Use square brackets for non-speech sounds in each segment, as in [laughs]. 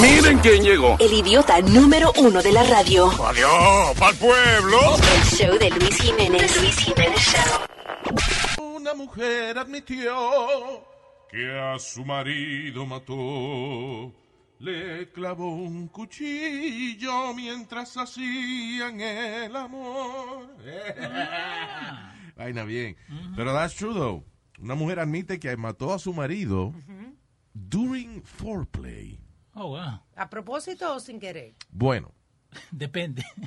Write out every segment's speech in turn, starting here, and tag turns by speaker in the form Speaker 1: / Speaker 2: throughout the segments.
Speaker 1: Miren quién llegó.
Speaker 2: El idiota número uno de la radio.
Speaker 1: Adiós, pa'l pueblo.
Speaker 2: El show de Luis Jiménez. Luis Jiménez
Speaker 3: Una mujer admitió que a su marido mató. Le clavó un cuchillo mientras hacían el amor. Vaina bien. Pero that's true, though. Una mujer admite que mató a su marido during foreplay.
Speaker 4: Oh, wow.
Speaker 5: ¿A propósito o sin querer?
Speaker 3: Bueno,
Speaker 4: Depende. [laughs]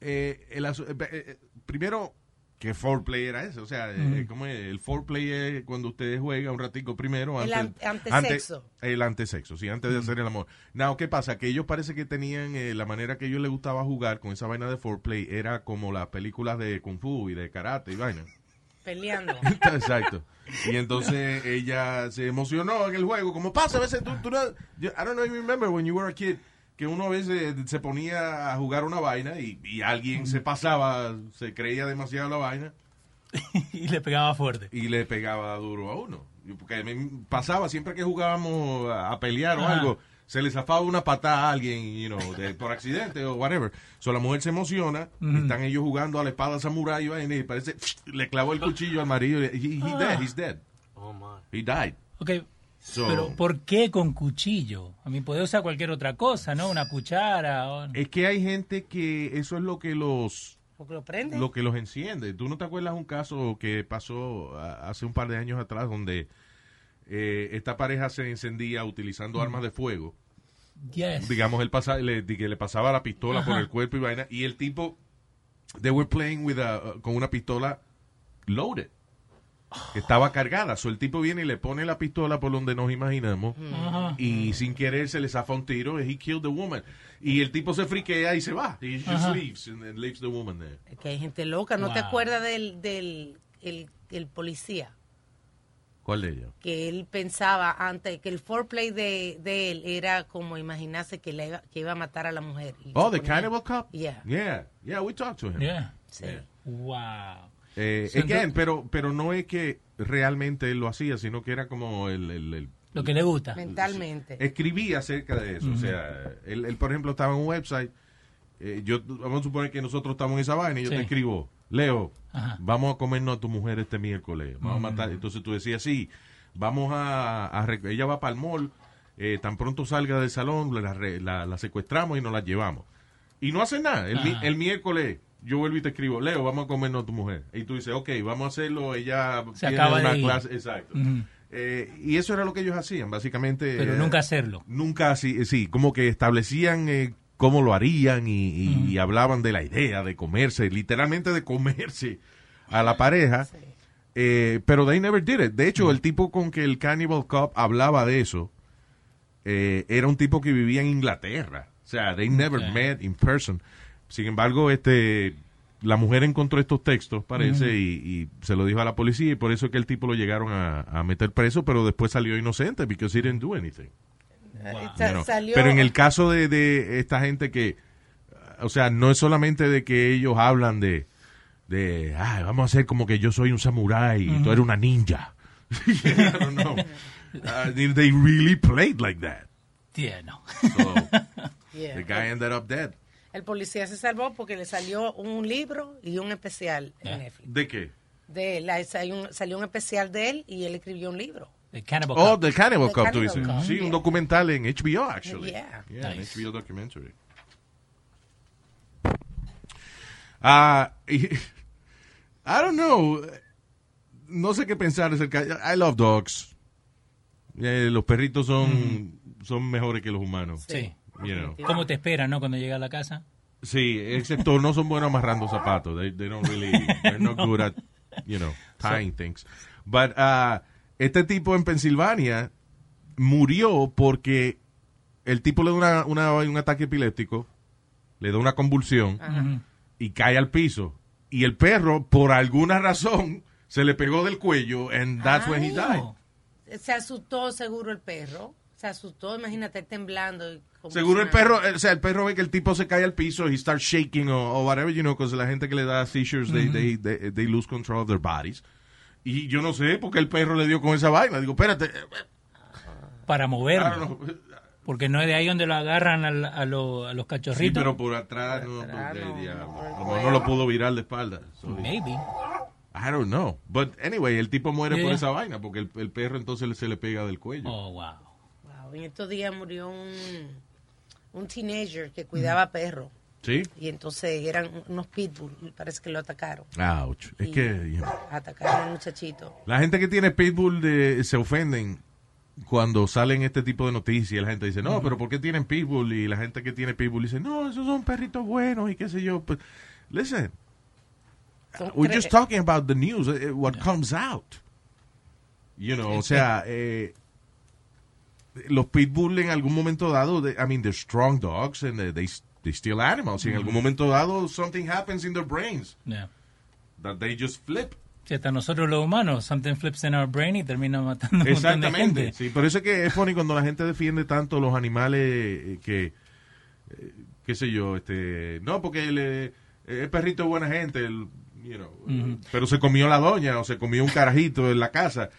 Speaker 3: eh, el asu- eh, eh, primero, ¿qué foreplay era eso? O sea, eh, ¿cómo es? el foreplay es cuando ustedes juegan un ratico primero.
Speaker 5: El
Speaker 3: antes-
Speaker 5: an-
Speaker 3: ante-
Speaker 5: antesexo.
Speaker 3: el antesexo, sí, antes de hacer el amor. No, ¿qué pasa? Que ellos parece que tenían eh, la manera que ellos les gustaba jugar con esa vaina de foreplay. Era como las películas de Kung Fu y de Karate y vaina.
Speaker 4: [laughs]
Speaker 5: Peleando.
Speaker 3: Exacto. Y entonces ella se emocionó en el juego. Como pasa a veces, tú, tú no, yo- I don't know if you remember when you were a kid, que uno a veces se ponía a jugar una vaina y, y alguien se pasaba, se creía demasiado la vaina
Speaker 4: [laughs] y le pegaba fuerte.
Speaker 3: y le pegaba duro a uno. Y Porque a mí pasaba siempre que jugábamos a a pelear o
Speaker 4: Ajá.
Speaker 3: algo, se le zafaba una patada a alguien, you know, de- por accidente o whatever. So la mujer se emociona, están ellos jugando a la espada samurái y vaina, y parece, le clavó el cuchillo al marido. y- He,
Speaker 4: Ah.
Speaker 3: he dead, he's dead. He died.
Speaker 4: Ok,
Speaker 3: So,
Speaker 4: pero ¿por qué con cuchillo? A mí puede usar cualquier otra cosa, ¿no? Una cuchara. o-
Speaker 3: es que hay gente que eso es lo que los
Speaker 5: Porque lo prende.
Speaker 3: lo que los enciende. ¿Tú no te acuerdas un caso que pasó a- hace un par de años atrás donde eh, esta pareja se encendía utilizando armas de fuego?
Speaker 4: Yes.
Speaker 3: digamos, él pasa, le, di- que le pasaba la pistola por el cuerpo y vaina, y el tipo, they were playing with a- uh, con una pistola loaded, que estaba cargada. So, el tipo viene y le pone la pistola por donde nos imaginamos,
Speaker 4: Mm. Ajá.
Speaker 3: y sin querer se le zafa un tiro, and he killed the woman. Y el tipo se friquea y se va. He just leaves, and then leaves the woman there.
Speaker 5: Es que hay gente loca. ¿No te
Speaker 4: Wow.
Speaker 5: acuerdas del, del el, el policía?
Speaker 3: ¿Cuál de ellos?
Speaker 5: Que él pensaba antes que el foreplay de, de él era como imaginarse que, le iba, que iba a matar a la mujer. Y
Speaker 3: Oh, the
Speaker 5: se ponía-
Speaker 3: Cannibal Cop?
Speaker 5: Yeah.
Speaker 3: Yeah, yeah, we talked to him.
Speaker 4: Yeah.
Speaker 5: Sí.
Speaker 3: Yeah.
Speaker 4: Wow.
Speaker 3: Eh,
Speaker 4: So,
Speaker 3: again,
Speaker 4: entonces-
Speaker 3: pero, pero no es que realmente él lo hacía, sino que era como el- el- el
Speaker 4: Lo que le gusta. Eh,
Speaker 5: Mentalmente.
Speaker 3: escribía acerca de eso. O sea, él, él, por ejemplo, estaba en un website. eh, yo Vamos a suponer que nosotros estamos en esa vaina y yo
Speaker 4: Sí.
Speaker 3: te escribo, Leo,
Speaker 4: Ajá.
Speaker 3: vamos a comernos a tu mujer este miércoles. Vamos a matar. Entonces tú decías, sí, vamos a. a rec- ella va para el mall, eh, tan pronto salga del salón, la, re- la- la secuestramos y nos la llevamos. Y no hace nada. El, mi-
Speaker 4: Ajá.
Speaker 3: el miércoles. Yo vuelvo y te escribo, Leo, vamos a comernos a tu mujer. Y tú dices, ok, vamos a hacerlo, ella
Speaker 4: Se
Speaker 3: tiene
Speaker 4: acaba de
Speaker 3: una
Speaker 4: ir.
Speaker 3: clase, exacto.
Speaker 4: Ujú.
Speaker 3: Eh, y eso era lo que ellos hacían, básicamente.
Speaker 4: Pero
Speaker 3: eh,
Speaker 4: nunca hacerlo.
Speaker 3: Nunca así, eh, sí, como que establecían eh, cómo lo harían y, y- y hablaban de la idea de comerse, literalmente de comerse a la pareja. Eh, pero they never did it. De hecho, el tipo con que el Cannibal Cop hablaba de eso eh, era un tipo que vivía en Inglaterra. O sea, they never
Speaker 4: Ok.
Speaker 3: met in person. Sin embargo, este la mujer encontró estos textos, parece, y, y se lo dijo a la policía y por eso es que el tipo lo llegaron a, a meter preso, pero después salió inocente because he didn't do anything.
Speaker 5: Sa-
Speaker 3: You know.
Speaker 5: salió-
Speaker 3: Ah, Pero en el caso de, de esta gente que, o sea, no es solamente de que ellos hablan de, de "Ay, vamos a hacer como que yo soy un samurái y tú eres una ninja. [laughs] I don't
Speaker 4: [laughs]
Speaker 3: know. Uh, they- they really played like that.
Speaker 4: Tierno.
Speaker 3: So,
Speaker 4: [laughs]
Speaker 5: Yeah.
Speaker 3: the guy ended up dead.
Speaker 5: El policía se salvó porque le salió un libro y un especial
Speaker 4: Yeah.
Speaker 5: en Netflix.
Speaker 3: ¿De qué?
Speaker 5: De él, ahí salió un, salió un especial de él y él escribió un libro.
Speaker 4: The Cannibal
Speaker 3: Oh,
Speaker 4: Cop.
Speaker 3: The Cannibal
Speaker 5: The
Speaker 3: Cop, tú
Speaker 5: Cannibal
Speaker 3: dices.
Speaker 5: Cop,
Speaker 3: Sí, un
Speaker 5: yeah.
Speaker 3: documental en HBO, actually.
Speaker 5: Yeah.
Speaker 3: Yeah, an
Speaker 4: Nice.
Speaker 3: HBO documentary. Ah, y- [laughs] I don't know. No sé qué pensar acerca. I love dogs. Eh, los perritos son, son mejores que los humanos.
Speaker 4: Sí.
Speaker 3: You know.
Speaker 4: ¿Cómo te esperan, no? Cuando llega a la casa.
Speaker 3: Sí, excepto no son buenos amarrando zapatos. They, they don't really, they're not good at, you know, tying things. But uh, este tipo en Pensilvania murió porque el tipo le da una, una- un ataque epiléptico, le da una convulsión y cae al piso. Y el perro, por alguna razón, se le pegó del cuello and that's when he died.
Speaker 4: Oh,
Speaker 5: Se asustó seguro el perro. Se asustó, imagínate, él temblando. y como
Speaker 3: Seguro el
Speaker 5: una-
Speaker 3: perro, eh, o sea, el perro ve que el tipo se cae al piso, he starts shaking o o whatever, you know, because la gente que le da seizures, they, they, they, they lose control of their bodies. Y yo no sé por qué el perro le dio con esa vaina. Digo, espérate, eh,
Speaker 4: Para
Speaker 3: I don't
Speaker 4: moverlo.
Speaker 3: know.
Speaker 4: Porque no es de ahí donde lo agarran al- a, lo- a los
Speaker 3: Sí,
Speaker 4: cachorritos.
Speaker 3: pero por atrás no,
Speaker 5: Por atrás
Speaker 3: de-
Speaker 5: no,
Speaker 3: de-
Speaker 5: no,
Speaker 3: a lo mejor no lo pudo virar de espalda. So,
Speaker 4: Maybe.
Speaker 3: I don't know. But anyway, el tipo muere
Speaker 4: Yeah,
Speaker 3: por
Speaker 4: yeah.
Speaker 3: esa vaina porque el, el perro entonces se le pega del cuello.
Speaker 4: Oh, wow.
Speaker 5: Wow, En estos días murió un, un teenager que cuidaba perros.
Speaker 3: Mm. ¿Sí?
Speaker 5: Y entonces eran unos pitbull. y Parece que lo atacaron.
Speaker 3: Ouch. Ah, Es
Speaker 5: Y
Speaker 3: que you know,
Speaker 5: Atacaron al muchachito.
Speaker 3: la gente que tiene pitbull de- se ofenden cuando salen este tipo de noticias. La gente dice, no, pero ¿por qué tienen pitbull? Y la gente que tiene pitbull dice, no, esos son perritos buenos y qué sé yo. Pues, listen,
Speaker 5: Son
Speaker 3: We're
Speaker 5: tres-
Speaker 6: eh,
Speaker 3: just talking about the news, eh, what comes out. You know, o sea, eh, los pitbull en algún momento dado, they- I mean, they're strong dogs and they, they, they steal animals. Y en algún momento dado, something happens in their brains
Speaker 4: Yeah.
Speaker 3: that they just flip.
Speaker 4: Sí, hasta nosotros los humanos, something flips in our brain y termina matando a un montón de
Speaker 3: Exactamente.
Speaker 4: gente.
Speaker 3: Sí, por eso es que es funny cuando la gente defiende tanto los animales eh, que, eh, qué sé yo, este, no, porque el, eh, el perrito es buena gente, el, you know, eh, pero se comió la doña o se comió un carajito en la casa.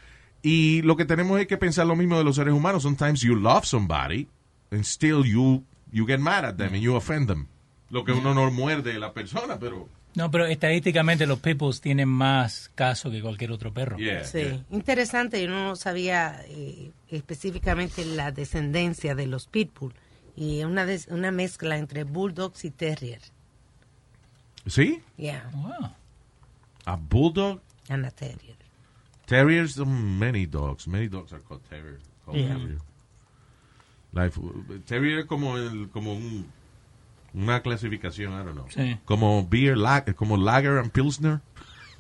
Speaker 3: Y lo que tenemos es que pensar lo mismo de los seres humanos. Sometimes you love somebody and still you, you get mad at them and you offend them. Lo que uno no muerde a la persona, pero...
Speaker 4: No, pero estadísticamente los pitbulls tienen más casos que cualquier otro perro.
Speaker 3: yeah,
Speaker 5: Sí,
Speaker 3: yeah.
Speaker 5: interesante. Yo no sabía eh, específicamente la descendencia de los pitbull. Y es una, des- una mezcla entre bulldogs y terrier.
Speaker 3: ¿Sí?
Speaker 5: Yeah,
Speaker 4: Wow.
Speaker 3: A bulldog
Speaker 5: and a terrier.
Speaker 3: Terriers, mm, many dogs. Many dogs are called terrier. Called
Speaker 5: Yeah.
Speaker 3: terrier. Like, uh, terrier es como, el, como un, una clasificación, I don't know.
Speaker 4: Sí.
Speaker 3: Como beer, lag, como lager and
Speaker 4: [laughs]
Speaker 3: pilsner.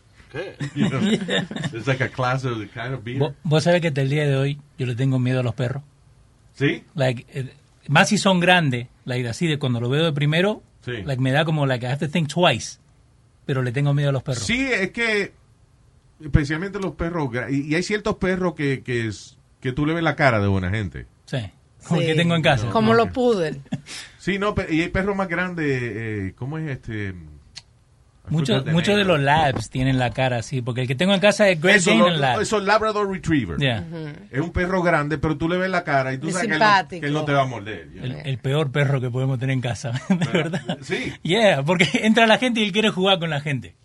Speaker 3: [laughs] You know,
Speaker 6: [laughs]
Speaker 3: It's like a class of the kind of beer.
Speaker 4: Vo- Vos sabés que hasta el día de hoy yo le tengo miedo a los perros.
Speaker 3: ¿Sí?
Speaker 4: Like, eh, más si son grandes, like, así de cuando lo veo de primero,
Speaker 3: Sí.
Speaker 4: like, me da como, like, I have to think twice. Pero le tengo miedo a los perros.
Speaker 3: Sí, es que especialmente los perros, gra- y, y hay ciertos perros que, que, es, que tú le ves la cara de buena gente.
Speaker 4: Sí. Como el
Speaker 5: Sí.
Speaker 4: que tengo en casa.
Speaker 5: Como los poodle.
Speaker 3: Sí, no, pe- y hay perros más grandes, eh, ¿cómo es este?
Speaker 4: Muchos
Speaker 3: Mucho
Speaker 4: muchos de los labs tienen la cara así, porque el que tengo en casa es Great
Speaker 3: Eso,
Speaker 4: Dane
Speaker 3: lo-
Speaker 4: and Lab.
Speaker 3: eso es Labrador Retriever.
Speaker 4: Yeah.
Speaker 3: Es un perro grande, pero tú le ves la cara y tú
Speaker 5: Es
Speaker 3: sabes que él, no,
Speaker 5: simpático.
Speaker 3: que él no te va a morder. you
Speaker 4: el,
Speaker 3: know.
Speaker 4: el peor perro que podemos tener en casa, [laughs] de verdad.
Speaker 3: Sí.
Speaker 4: Yeah, porque [laughs] entra la gente y él quiere jugar con la gente.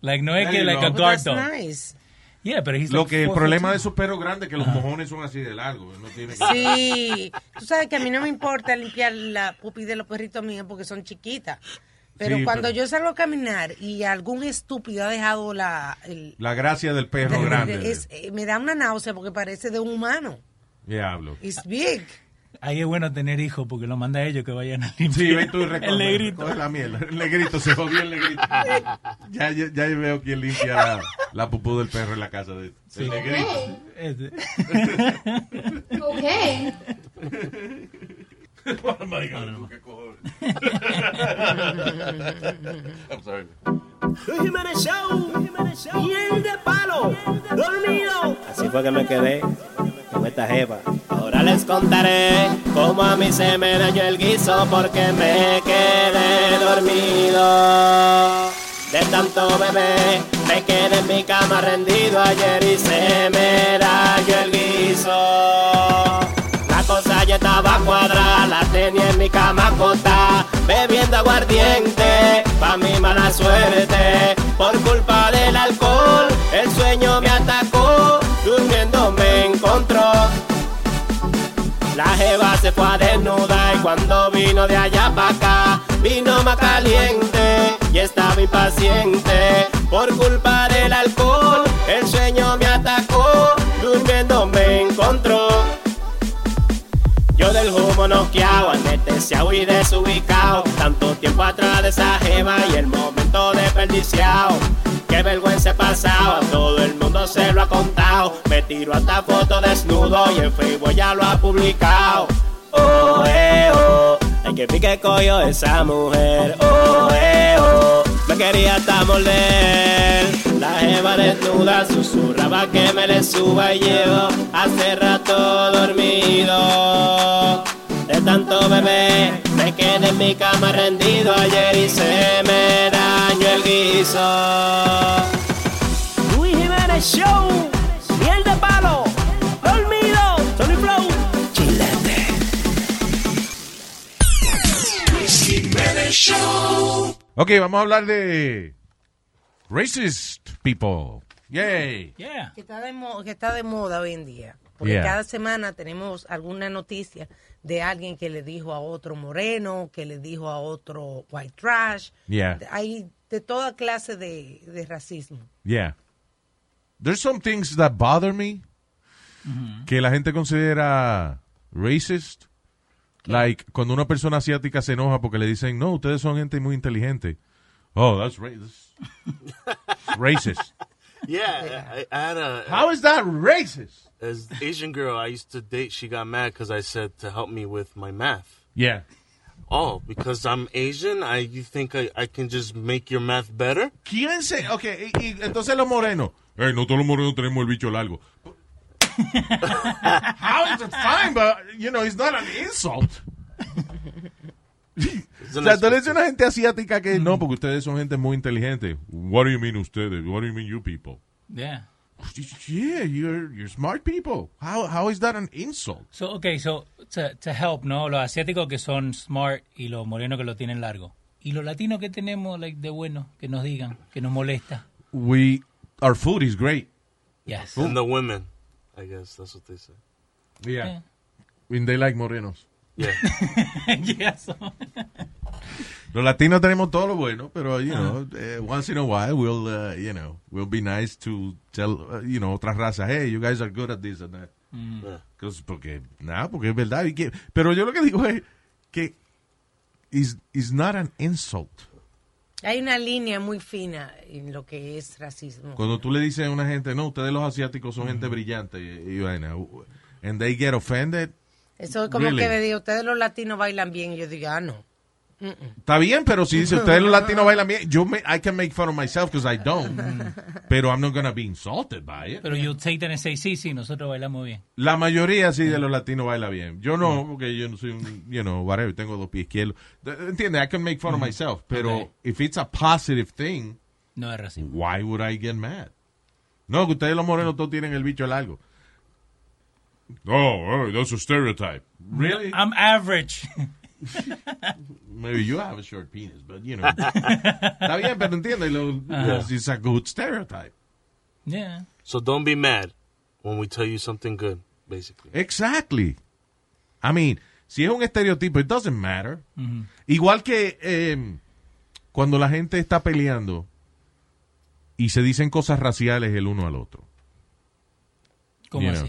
Speaker 4: Like, no es
Speaker 3: Dale,
Speaker 4: que like a
Speaker 3: loco.
Speaker 4: guard
Speaker 5: That's
Speaker 4: dog.
Speaker 5: nice.
Speaker 4: Yeah, pero he's
Speaker 3: Lo
Speaker 4: like
Speaker 3: que el
Speaker 4: four
Speaker 3: problema de
Speaker 4: foot two.
Speaker 3: esos perros grandes es que los mojones son así de largos. No tiene que-
Speaker 5: Sí, tú sabes que a mí no me importa limpiar la pupi de los perritos míos porque son chiquitas. Pero
Speaker 3: Sí,
Speaker 5: cuando
Speaker 3: pero-
Speaker 5: yo salgo a caminar y algún estúpido ha dejado la... el-
Speaker 3: La gracia del perro
Speaker 5: de- de-
Speaker 3: grande.
Speaker 5: es- eh, me da una náusea porque parece de un humano.
Speaker 3: Diablo.
Speaker 5: It's big.
Speaker 4: Ahí es bueno tener hijos porque lo manda a ellos que vayan a limpiar.
Speaker 3: Sí, ve tú y
Speaker 4: El negrito.
Speaker 3: recoge la mierda. El negrito, se jodió el negrito. Ya, ya, ya veo quién limpia la, la pupú del perro en la casa de El negrito.
Speaker 4: Este.
Speaker 1: [laughs]
Speaker 6: Okay.
Speaker 1: What am I gonna do? ¿Qué cojones? [laughs] I'm sorry.
Speaker 7: Luis Jiménez Show, miel de palo, dormido. Así fue que me quedé con esta jeva. Ahora les contaré cómo a mí se me dañó el guiso porque me quedé dormido. De tanto bebé me quedé en mi cama rendido ayer y se me dañó el guiso. La cosa ya estaba cuadrada, la tenía en mi cama acostada, bebiendo aguardiente, pa' mi mala suerte. Por culpa del alcohol, el sueño me atacó, durmiendo me encontró. La jeva se fue a desnudar y cuando vino de allá para acá, vino más caliente y estaba impaciente. Por culpa del alcohol, el sueño me atacó, durmiendo me encontró. Yo del humo noqueado, anestesiado y desubicado. Tanto tiempo atrás de esa jeva y el momento desperdiciado. Qué vergüenza he pasado, a todo el mundo se lo ha contado. Me tiro hasta foto desnudo y en Facebook ya lo ha publicado. Oh, eh, oh, hay que pique coyo esa mujer. Oh, eh, oh, me quería hasta morder. La jeva desnuda susurraba que me le suba y llevo hace rato dormido. De tanto bebé me quedé en mi cama rendido ayer y se me dañó el guiso. Luis Jiménez Show, miel de palo, dormido, Tony Flow, chilete.
Speaker 3: Ok, vamos a hablar de racist people. Yay.
Speaker 4: Yeah.
Speaker 5: Que está de, mo- que está de moda hoy en día. Porque
Speaker 3: Yeah.
Speaker 5: cada semana tenemos alguna noticia de alguien que le dijo a otro moreno, que le dijo a otro white trash.
Speaker 3: Yeah.
Speaker 5: Hay de toda clase de, de racismo.
Speaker 3: Yeah. There's some things that bother me que la gente considera racist. Like, cuando una persona asiática se enoja porque le dicen, no, ustedes son gente muy inteligente. Oh, that's racist. racist.
Speaker 6: Yeah, I, I had a
Speaker 3: How is that racist?
Speaker 6: as the Asian girl I used to date. She got mad because I said to help me with my math.
Speaker 3: Yeah.
Speaker 6: Oh, because I'm Asian, I you think I, I can just make your math better?
Speaker 3: ¿Quién se...? Ok, y, y entonces los morenos. Hey, no todos los morenos tenemos el bicho largo. How is it fine, but, you know, it's not an insult.
Speaker 6: It's
Speaker 3: O
Speaker 6: an
Speaker 3: sea, tú le dices
Speaker 6: expectation.
Speaker 3: a una gente asiática que no, porque ustedes son gente muy inteligente. What do you mean ustedes? What do you mean you people?
Speaker 4: Yeah.
Speaker 3: Yeah, you're, you're smart people. How, how is that an insult?
Speaker 4: So, okay, so to, to help, ¿no? Los asiáticos que son smart y los morenos que lo tienen largo. Y los latinos que tenemos like, de bueno, que nos digan, que nos molesta.
Speaker 3: We, our food is great.
Speaker 4: Yes.
Speaker 6: and the women, I guess that's what they say.
Speaker 3: Yeah. And they like morenos.
Speaker 6: Yeah,
Speaker 4: [laughs] yes.
Speaker 3: [laughs] Los latinos tenemos todo lo bueno, pero, you know, eh, once in a while we'll, uh, you know, we'll be nice to tell, uh, you know, otras razas, hey, you guys are good at this and that.
Speaker 4: Mm.
Speaker 6: yeah.
Speaker 3: Pues, porque, nada, porque es verdad. y que- pero yo lo que digo es que is, is not an insult.
Speaker 5: Hay una línea muy fina en lo que es racismo.
Speaker 3: Cuando tú le dices a una gente, no, ustedes los asiáticos son gente brillante y, y vaina, u- and they get offended,
Speaker 5: Eso es como
Speaker 3: Really?
Speaker 5: que me diga, ustedes los latinos bailan bien. Y yo digo, ah, no.
Speaker 3: está bien, pero si dice, ustedes los latinos bailan bien, yo me, I can make fun of myself because I don't, pero I'm not gonna be insulted by it.
Speaker 4: Pero you take that and say, sí, sí, nosotros bailamos bien.
Speaker 3: La mayoría sí de los latinos baila bien. Yo no, porque yo no soy un, you know, whatever, tengo dos pies izquierdos. Entiende, I can make fun of myself, pero
Speaker 4: Ok.
Speaker 3: if it's a positive thing,
Speaker 4: No es racismo.
Speaker 3: why would I get mad? No, que ustedes los morenos todos tienen el bicho largo. No, oh, that's a stereotype. Really?
Speaker 4: I'm average.
Speaker 3: Maybe you have a short penis, but
Speaker 4: [laughs]
Speaker 3: you know. Está bien, pero entiende, lo, it's a good stereotype.
Speaker 4: yeah.
Speaker 6: So don't be mad when we tell you something good, basically.
Speaker 3: Exactly. I mean, si es un estereotipo, it doesn't matter.
Speaker 4: Mm-hmm.
Speaker 3: Mm. Igual que eh, cuando la gente está peleando y se dicen cosas raciales el uno al otro.
Speaker 4: ¿Cómo
Speaker 3: You know.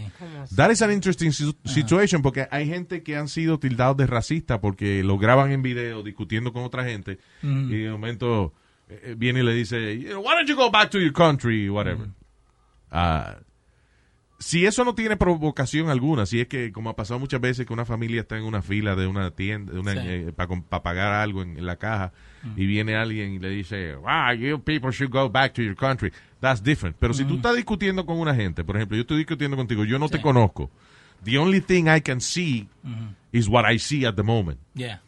Speaker 4: así?
Speaker 3: That is an interesting situ- situation porque hay gente que han sido tildados de racista porque lo graban en video discutiendo con otra gente
Speaker 4: Mm.
Speaker 3: y de momento eh, eh, viene y le dice, "You know, why don't you go back to your country, whatever.
Speaker 4: Mm.
Speaker 3: Ah, si eso no tiene provocación alguna, si es que como ha pasado muchas veces que una familia está en una fila de una eh, tienda
Speaker 4: Sí.
Speaker 3: para pagar algo en, en la caja y viene alguien y le dice, wow, you people should go back to your country. That's different. Pero si tú estás discutiendo con una gente, por ejemplo, yo estoy discutiendo contigo, yo no te conozco. The only thing I can see is what I see at the moment.
Speaker 4: Yeah.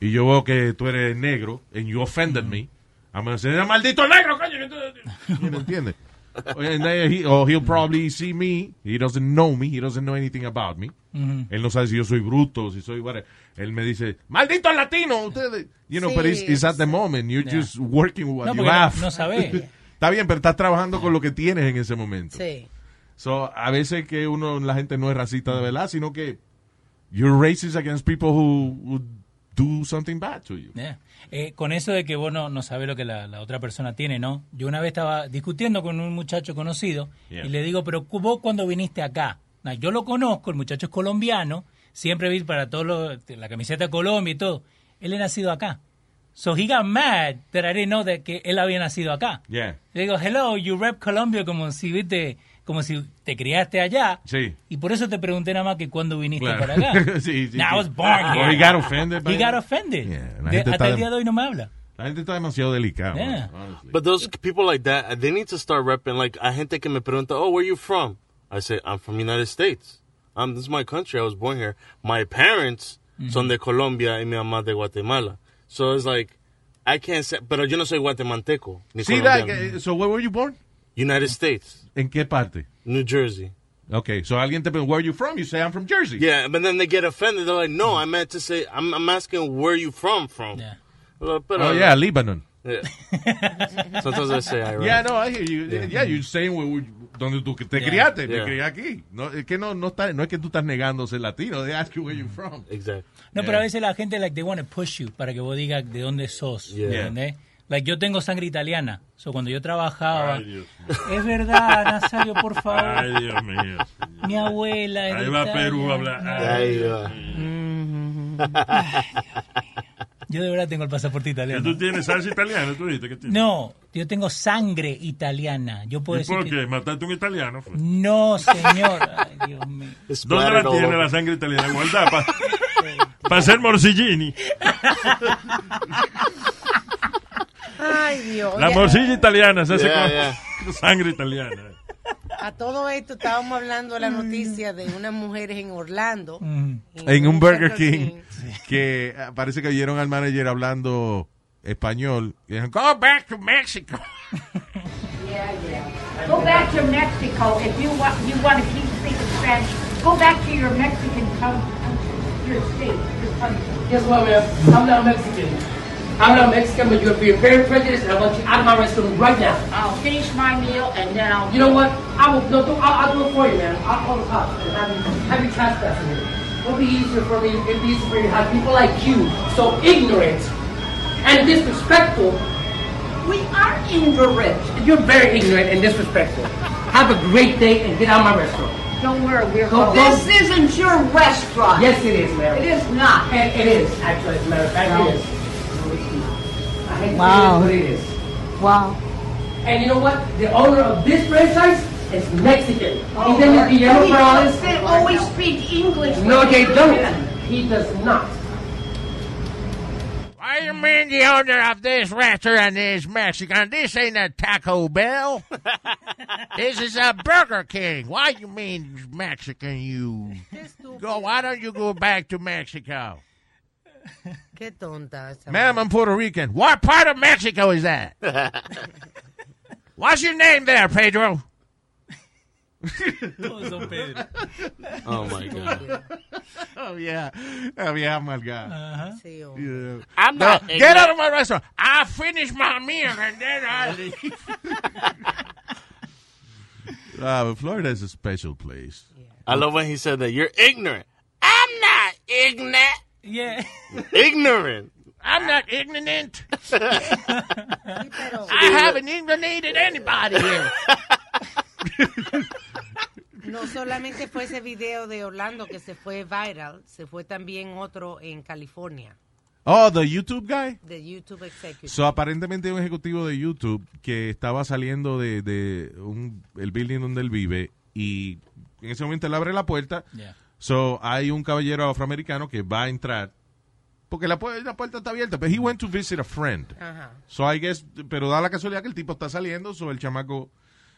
Speaker 3: Y yo veo que tú eres negro and you offended me. I'm gonna say, "Ah, maldito negro, coño. que tú-".
Speaker 4: [laughs]
Speaker 3: ¿Me entiendes? And then he- or he'll probably see me. He doesn't know me. He doesn't know anything about me.
Speaker 4: Mm-hmm.
Speaker 3: Él no sabe si yo soy bruto, si soy whatever. Él me dice, [laughs] maldito latino, ustedes. You know,
Speaker 5: Sí,
Speaker 3: but it's, it's at the moment. You're
Speaker 4: Yeah.
Speaker 3: just working with what
Speaker 4: No,
Speaker 3: you
Speaker 4: porque no-
Speaker 3: have.
Speaker 4: no sabes.
Speaker 3: [laughs] Está bien, pero estás trabajando con lo que tienes en ese momento. [laughs]
Speaker 5: Sí.
Speaker 3: So, a veces que uno, la gente no es racista de verdad, sino que you're racist against people who, who do something bad to you.
Speaker 4: Yeah. Eh, con eso de que vos no, no sabés lo que la, la otra persona tiene, ¿no? Yo una vez estaba discutiendo con un muchacho conocido
Speaker 3: Yeah.
Speaker 4: y le digo, pero cu- vos cuando viniste acá, Nah, yo lo conozco, el muchacho es colombiano, siempre vi para todos los, este, la camiseta de Colombia y todo, él era nacido acá. So he got mad that I didn't know that que él había nacido acá.
Speaker 3: Yeah.
Speaker 4: Le digo, hello, you rep Colombia como si viste, como si te criaste allá.
Speaker 3: Sí.
Speaker 4: Y por eso te pregunté nada más que cuándo viniste
Speaker 3: Claro.
Speaker 4: para
Speaker 3: [laughs]
Speaker 4: acá.
Speaker 3: Sí, sí,
Speaker 4: Nah,
Speaker 3: sí.
Speaker 4: I was born
Speaker 3: Or
Speaker 4: here.
Speaker 3: he got offended by
Speaker 4: He got
Speaker 3: it.
Speaker 4: offended.
Speaker 3: Yeah, la
Speaker 4: De-
Speaker 3: gente
Speaker 4: hasta
Speaker 3: está
Speaker 4: el
Speaker 3: de-
Speaker 4: día de hoy no me habla.
Speaker 3: La gente está demasiado delicada.
Speaker 4: Yeah.
Speaker 3: honestly.
Speaker 6: But those people like that, they need to start repping. Like, I gente que me pregunta, oh, where you from? I say, I'm from United States. I'm, this is my country. I was born here. My parents
Speaker 4: Mm-hmm.
Speaker 6: son de Colombia y mi mamá de Guatemala. So it's like, I can't say, pero yo no soy guatemalteco. Ni
Speaker 3: Sí,
Speaker 6: colombiano.
Speaker 3: like, eh, so where were you born?
Speaker 6: United States,
Speaker 3: ¿En qué parte?
Speaker 6: New Jersey.
Speaker 3: Okay, so alguien te pregunta, where are you from? You say, I'm from Jersey.
Speaker 6: Yeah, but then they get offended. They're like, no, I meant to say, I'm, I'm asking where you from, from.
Speaker 4: Yeah.
Speaker 6: Pero,
Speaker 3: Oh, yeah, Lebanon.
Speaker 6: yeah. Sometimes I say Iran.
Speaker 3: Yeah, no, I hear you. Yeah, you're saying where we- donde tú que te
Speaker 4: Yeah.
Speaker 3: criaste.
Speaker 6: Yeah.
Speaker 3: Me crié aquí. No, es que no, no, está, no es que tú estás negando ser latino. They ask you where you're from.
Speaker 6: Exactly.
Speaker 4: No, pero a veces la gente, like, they want to push you para que vos digas de dónde sos.
Speaker 6: Yeah.
Speaker 4: ¿entendés? Like, yo tengo sangre italiana. So, cuando yo trabajaba. es verdad, Nazario, por favor.
Speaker 3: Dios mío.
Speaker 4: Mi abuela. era
Speaker 3: Ahí va
Speaker 4: italiana.
Speaker 3: Perú a hablar.
Speaker 8: ah,
Speaker 6: There you go.
Speaker 4: Yo de verdad tengo el pasaporte italiano.
Speaker 8: tienes salsa italiana? ¿Tú dijiste que tienes?
Speaker 4: No, yo tengo sangre italiana. Yo
Speaker 8: ¿Y
Speaker 4: puedo decir.
Speaker 8: por
Speaker 4: que-
Speaker 8: qué? ¿Mataste a un italiano? fue?
Speaker 4: No, señor. Ay, Dios mío.
Speaker 6: It's
Speaker 8: ¿Dónde
Speaker 6: splattered
Speaker 8: la
Speaker 6: all
Speaker 8: tiene
Speaker 6: over.
Speaker 8: la sangre italiana? Guardada para ser morcillini.
Speaker 5: Ay, Dios.
Speaker 8: La
Speaker 5: Ya,
Speaker 8: morcilla italiana se hace
Speaker 6: Yeah,
Speaker 8: con
Speaker 6: yeah.
Speaker 8: con sangre italiana.
Speaker 5: A todo esto estábamos hablando de
Speaker 3: Mm.
Speaker 5: la noticia de unas mujeres en Orlando.
Speaker 4: Mm.
Speaker 3: En un Burger King que ah, parece que oyeron al manager hablando español. Y dijeron, go back to Mexico.
Speaker 9: Go back to Mexico if you want, you want to keep speaking Spanish. Go back to your Mexican country, your state, your country.
Speaker 10: Guess what, man? I'm not Mexican. I'm not Mexican, but you're being very prejudiced, and I want you out of my restaurant right now.
Speaker 9: I'll finish my meal and then I'll.
Speaker 10: You know what? I will. No, do, I'll, I'll do it for you, man. I'll call the cops and have you have you trespassing here. It'll be easier for me. It'll be easier for you to have people like you, so ignorant and disrespectful.
Speaker 9: We are ignorant.
Speaker 10: You're very ignorant and disrespectful. Have a great day and get out of my restaurant.
Speaker 9: Don't worry, we're
Speaker 10: Go,
Speaker 9: going.
Speaker 10: go.
Speaker 2: isn't your restaurant.
Speaker 10: Yes, it is, man.
Speaker 2: is not.
Speaker 10: And it is, actually, as a matter of fact, it is. I hate
Speaker 9: Wow.
Speaker 10: to say it, but it is.
Speaker 9: Wow.
Speaker 10: And you know what? The owner of this franchise is Mexican.
Speaker 9: Oh,
Speaker 10: His name is Guillermo Morales.
Speaker 9: They always speak English.
Speaker 10: No, they don't. He does not.
Speaker 3: I am in the owner of this restaurant is Mexican. This ain't a Taco Bell. this is a Burger King. Why you mean Mexican, you? Go, why don't you go back to Mexico?
Speaker 5: Qué tonta. esa
Speaker 3: Ma'am, I'm Puerto Rican. What part of Mexico is
Speaker 6: [laughs]
Speaker 3: that? What's your name there, Pedro?
Speaker 4: [laughs] Todos son Pedro.
Speaker 6: Oh my god.
Speaker 3: Oh, yeah. Oh, yeah, my God.
Speaker 5: mujer, sí, hombre.
Speaker 6: I'm not.
Speaker 3: Get out of my restaurant. I finish my meal and then
Speaker 6: [laughs]
Speaker 3: I leave. Uh, Florida is a special place.
Speaker 6: I love when he said that. You're ignorant. I'm not ignorant.
Speaker 4: Yeah.
Speaker 6: Ignorant.
Speaker 3: I'm not
Speaker 6: [laughs]
Speaker 3: ignorant.
Speaker 5: Sí, pero
Speaker 3: I haven't ignorated anybody here.
Speaker 6: [laughs]
Speaker 5: no solamente fue ese video de Orlando que se fue viral, se fue también otro en California,
Speaker 3: Oh, the YouTube guy?
Speaker 5: de YouTube Executive.
Speaker 3: So, aparentemente un ejecutivo de YouTube que estaba saliendo de, de un, el building donde él vive y en ese momento él abre la puerta.
Speaker 4: Yeah.
Speaker 3: So, hay un caballero afroamericano que va a entrar porque la, pu- la puerta está abierta. Pero he went to visit a friend.
Speaker 5: Ajá.
Speaker 3: So I guess, pero da la casualidad que el tipo está saliendo, so el chamaco,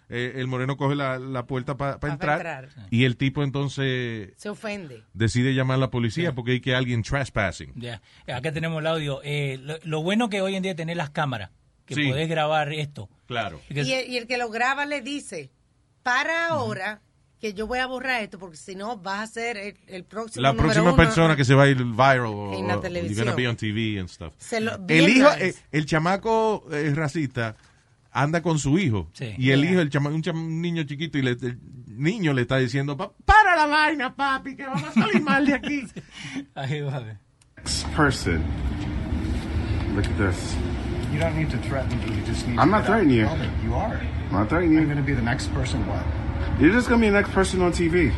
Speaker 3: eh, el moreno coge la, la puerta para
Speaker 5: Pa'
Speaker 3: entrar,
Speaker 5: entrar.
Speaker 3: y el tipo entonces
Speaker 5: Se ofende.
Speaker 3: decide llamar a la policía porque hay que alguien trespassing.
Speaker 4: Ya, acá tenemos el audio. Eh, lo, lo bueno que hoy en día tener las cámaras, que
Speaker 3: Sí.
Speaker 4: podés grabar esto.
Speaker 3: Claro.
Speaker 4: Because-
Speaker 5: Y el, y el que lo graba le dice, para ahora que yo voy a borrar esto porque si no vas a ser el, el próximo
Speaker 3: La
Speaker 5: número
Speaker 3: próxima
Speaker 5: uno".
Speaker 3: persona que se va a ir viral o
Speaker 5: En
Speaker 3: o
Speaker 5: la
Speaker 3: you're
Speaker 5: televisión.
Speaker 3: gonna be on TV and stuff.
Speaker 5: Se lo- bien
Speaker 3: El hijo,
Speaker 5: nice.
Speaker 3: eh, el chamaco eh, racista anda con su hijo
Speaker 4: Sí.
Speaker 3: y el hijo, el chama, un, chama- un niño chiquito y le- el niño le está diciendo
Speaker 5: [laughs]
Speaker 3: "Pa- para la vaina papi que vamos a salir mal de
Speaker 11: [laughs]
Speaker 3: aquí.
Speaker 4: Ahí va a ver.
Speaker 12: person. Look at this. You don't need to threaten me. You just need. I'm not threatening you. You are. I'm not threatening you. You're going to be the next person. What? You're just going to be the next person on TV.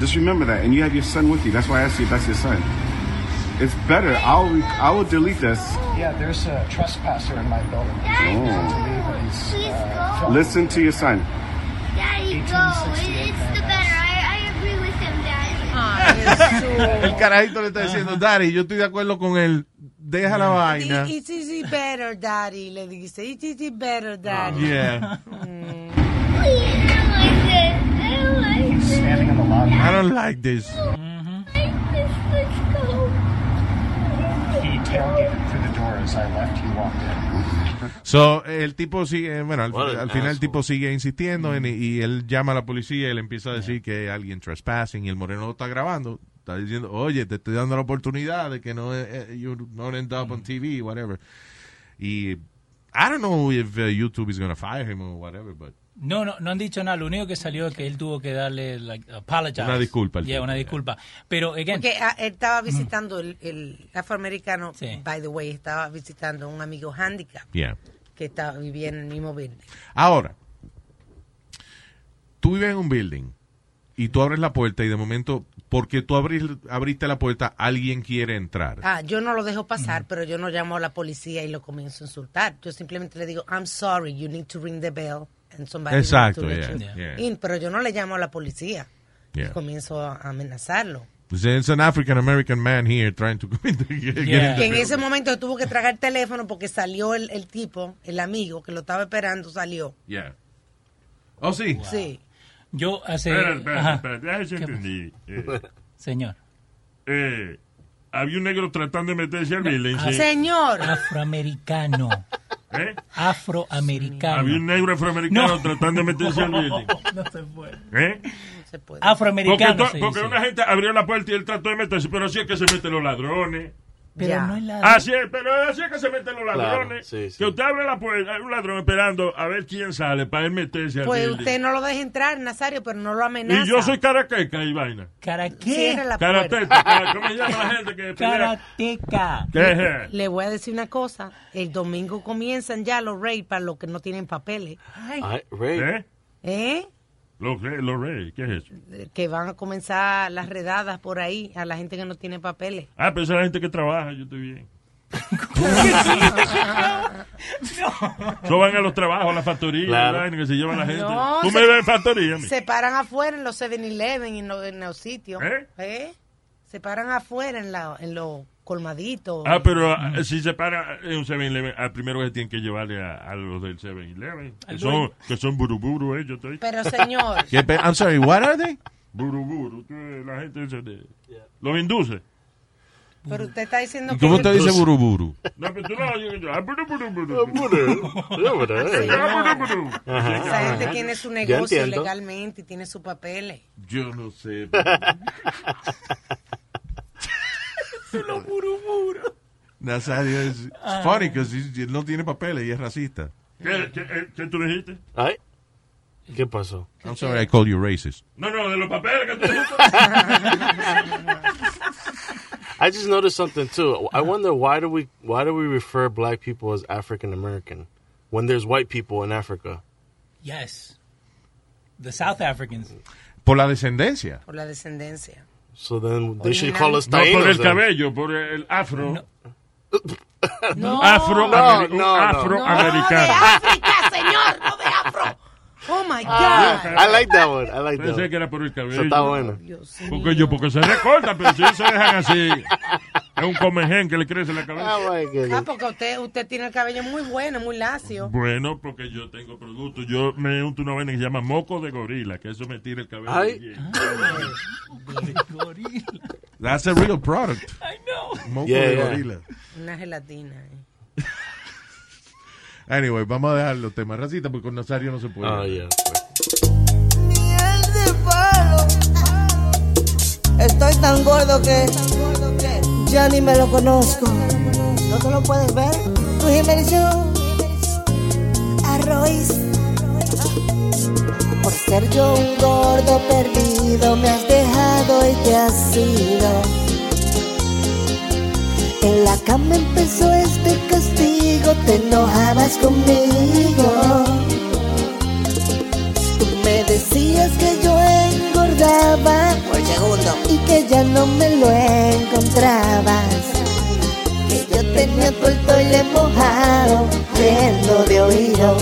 Speaker 12: Just remember that, and you have your son with you. That's why I asked you if that's your son. It's better. I'll re- I will delete this.
Speaker 10: Yeah, there's a trespasser in my building.
Speaker 11: Uh,
Speaker 12: Listen to your son.
Speaker 11: Daddy, go. It's the better. I, I agree with him, Dad.
Speaker 3: El carajito le está diciendo, Dari, yo estoy de acuerdo con él, deja la vaina.
Speaker 5: It- It's easy better, daddy, le dice. It's easy better, daddy.
Speaker 3: Ah, [laughs] Yeah,
Speaker 11: Please, I don't like this. I don't like this. Standing on the lobby.
Speaker 3: I don't like this.
Speaker 11: this. Let's go.
Speaker 3: [laughs] So, el tipo sigue, bueno, al,
Speaker 6: What an
Speaker 3: al final el
Speaker 6: asshole.
Speaker 3: tipo sigue insistiendo en- y él llama a la policía y le empieza a decir que hay alguien trespassing y el moreno lo está grabando. Está diciendo, oye, te estoy dando la oportunidad de que no eh, you don't end up
Speaker 6: Mm.
Speaker 3: on TV, whatever. Y I don't know if uh, YouTube is going to fire him or whatever, but
Speaker 4: No, no, no han dicho nada. Lo único que salió es que él tuvo que darle, like, apologize.
Speaker 3: Una disculpa al
Speaker 4: Yeah,
Speaker 3: tipo,
Speaker 4: una
Speaker 3: yeah.
Speaker 4: disculpa. Pero, again,
Speaker 5: Porque ah, él estaba visitando el, el afroamericano,
Speaker 4: Sí.
Speaker 5: by the way, estaba visitando a un amigo handicap
Speaker 3: yeah.
Speaker 5: que está, vivía en el mismo building.
Speaker 3: Ahora, tú vives en un building y tú abres la puerta y de momento, porque tú abri- abriste la puerta, alguien quiere entrar.
Speaker 5: Ah, yo no lo dejo pasar, pero yo no llamo a la policía y lo comienzo a insultar. Yo simplemente le digo, I'm sorry, you need to ring the bell and somebody will
Speaker 3: Exacto,
Speaker 5: to let
Speaker 3: yeah,
Speaker 5: you
Speaker 3: yeah.
Speaker 5: in. Pero yo no le llamo a la policía.
Speaker 3: Yeah.
Speaker 5: Y comienzo a amenazarlo.
Speaker 3: There's an African American man here trying to get into
Speaker 5: Que en
Speaker 3: the- [laughs]
Speaker 5: ese momento tuvo que tragar el teléfono porque salió el, el tipo, el amigo que lo estaba esperando, salió.
Speaker 3: Yeah. Oh, sí.
Speaker 5: Sí.
Speaker 4: Yo hace.
Speaker 8: Espera, espera,
Speaker 4: Ajá.
Speaker 8: espera, ya se
Speaker 4: ¿Qué pasa?
Speaker 8: entendí. Eh,
Speaker 4: Señor.
Speaker 8: eh, había un negro tratando de meterse al building. sí.
Speaker 5: Señor.
Speaker 4: Ah, Afroamericano.
Speaker 8: [laughs] ¿Eh?
Speaker 4: Afroamericano.
Speaker 8: Había un negro afroamericano
Speaker 4: No.
Speaker 8: tratando de meterse al building.
Speaker 4: [laughs] No se puede.
Speaker 8: ¿Eh?
Speaker 4: Afroamericano.
Speaker 8: Porque, to-
Speaker 4: se
Speaker 8: porque
Speaker 4: dice.
Speaker 8: una gente abrió la puerta y él trató de meterse, pero así es que se meten los ladrones.
Speaker 4: Pero
Speaker 8: Ya.
Speaker 4: no es la.
Speaker 8: Así es, pero así es que se meten los
Speaker 4: Claro,
Speaker 8: ladrones. Que usted abre la puerta, hay un ladrón esperando a ver quién sale para él meterse al
Speaker 5: Pues
Speaker 8: building.
Speaker 5: usted no lo deja entrar, Nazario, pero no lo amenaza.
Speaker 8: Y yo soy caraqueca y vaina.
Speaker 4: ¿Cara
Speaker 5: Cierra la
Speaker 8: Karateka, cara- ¿cómo se llama la gente Este que pelea?
Speaker 5: Karateca.
Speaker 8: ¿Qué?
Speaker 5: Le voy a decir una cosa. El domingo comienzan ya los reyes para los que no tienen papeles.
Speaker 8: Ay, ¿Eh?
Speaker 5: ¿Eh?
Speaker 8: Los reyes, los reyes, ¿qué es eso?
Speaker 5: Que van a comenzar las redadas por ahí a la gente que no
Speaker 8: [laughs]
Speaker 5: tiene papeles.
Speaker 8: Ah, pero esa es la gente que trabaja, yo estoy
Speaker 5: [laughs]
Speaker 8: bien. Eso van a los trabajos, a la factoría,
Speaker 6: Claro.
Speaker 8: la vaina que se lleva la gente.
Speaker 5: No,
Speaker 8: Tú
Speaker 5: se-
Speaker 8: me ves en factoría, a mí.
Speaker 5: Se paran afuera en los 7-Eleven y en los, en los sitios.
Speaker 8: ¿Eh?
Speaker 5: Se paran afuera en, la, en los colmaditos.
Speaker 8: Ah, pero ah, si se para en un 7-Eleven, al primero que tienen que llevarle a, a los del 7-Eleven, que
Speaker 5: Al
Speaker 8: son,
Speaker 5: dueño.
Speaker 8: que son buruburu ellos. estoy- ¿Ah,
Speaker 5: Pero, señor.
Speaker 3: ¿Qué pe- I'm sorry, what are they?
Speaker 8: Buruburu, tú, la gente esa de- los induce.
Speaker 5: Pero usted está diciendo
Speaker 3: ¿Cómo
Speaker 5: que...
Speaker 3: usted dice buruburu?
Speaker 8: No, pero tú no oyes yo. ah, buruburu.
Speaker 5: Sí,
Speaker 8: Ah,
Speaker 5: no.
Speaker 8: buruburu.
Speaker 5: Esa
Speaker 8: Ajá.
Speaker 5: gente este tiene su
Speaker 8: Ya
Speaker 5: negocio
Speaker 8: entiendo.
Speaker 5: legalmente y tiene sus [laughs] papeles.
Speaker 3: Yo no sé.
Speaker 4: Los buruburos.
Speaker 3: Nazario es it's funny because él no tiene papeles y es racista.
Speaker 8: ¿Qué, qué, eh, qué tú dijiste?
Speaker 6: Ay. [laughs] ¿Qué pasó?
Speaker 3: I'm sorry, I called you racist.
Speaker 8: No, no, de los papeles que tú
Speaker 5: [laughs]
Speaker 8: dijiste.
Speaker 6: I just noticed something too. I wonder why do we why do we refer black people as African American when there's white people in Africa?
Speaker 4: Yes. The South Africans.
Speaker 3: Por la descendencia.
Speaker 5: Por la descendencia.
Speaker 6: So then they should
Speaker 5: Original.
Speaker 6: call us
Speaker 8: No,
Speaker 6: Taínos.
Speaker 8: por el
Speaker 6: then.
Speaker 8: cabello, por el afro.
Speaker 5: No.
Speaker 8: Afro, no,
Speaker 6: No, no,
Speaker 8: afroamericano.
Speaker 5: ¡Ah, Oh my
Speaker 6: Ah,
Speaker 5: God.
Speaker 6: I like that one. I like that
Speaker 8: Pensé
Speaker 6: one.
Speaker 8: que era por el cabello.
Speaker 6: Eso está bueno.
Speaker 8: Porque yo, porque se recorta, pero si ellos se dejan así, es un comején que le crece la cabeza.
Speaker 6: Oh my
Speaker 5: Ah,
Speaker 6: goodness.
Speaker 5: porque usted, usted tiene el cabello muy bueno, muy lacio.
Speaker 8: Bueno, porque yo tengo producto. Yo me unto una vaina que se llama moco de gorila, que eso me tira el cabello.
Speaker 6: Ay.
Speaker 8: bien.
Speaker 5: Ah,
Speaker 4: Ah.
Speaker 3: That's a real product.
Speaker 4: I know.
Speaker 3: Moco
Speaker 6: Yeah,
Speaker 3: de
Speaker 6: yeah.
Speaker 3: gorila.
Speaker 5: Una gelatina. eh.
Speaker 3: Anyway, vamos a dejar los temas racistas porque con Nazario no se puede.
Speaker 6: Oh yeah.
Speaker 13: Miel de palo. Estoy tan gordo que ya ni me lo conozco. ¿No te lo puedes ver? Luis Jiménez Show. Arroz. Por ser yo un gordo perdido, me has dejado y te has ido. En la cama empezó este castigo, te enojabas conmigo. Tú me decías que yo engordaba por segundo y que ya no me lo encontrabas. Que yo tenía tu el toile mojado, riendo de oído.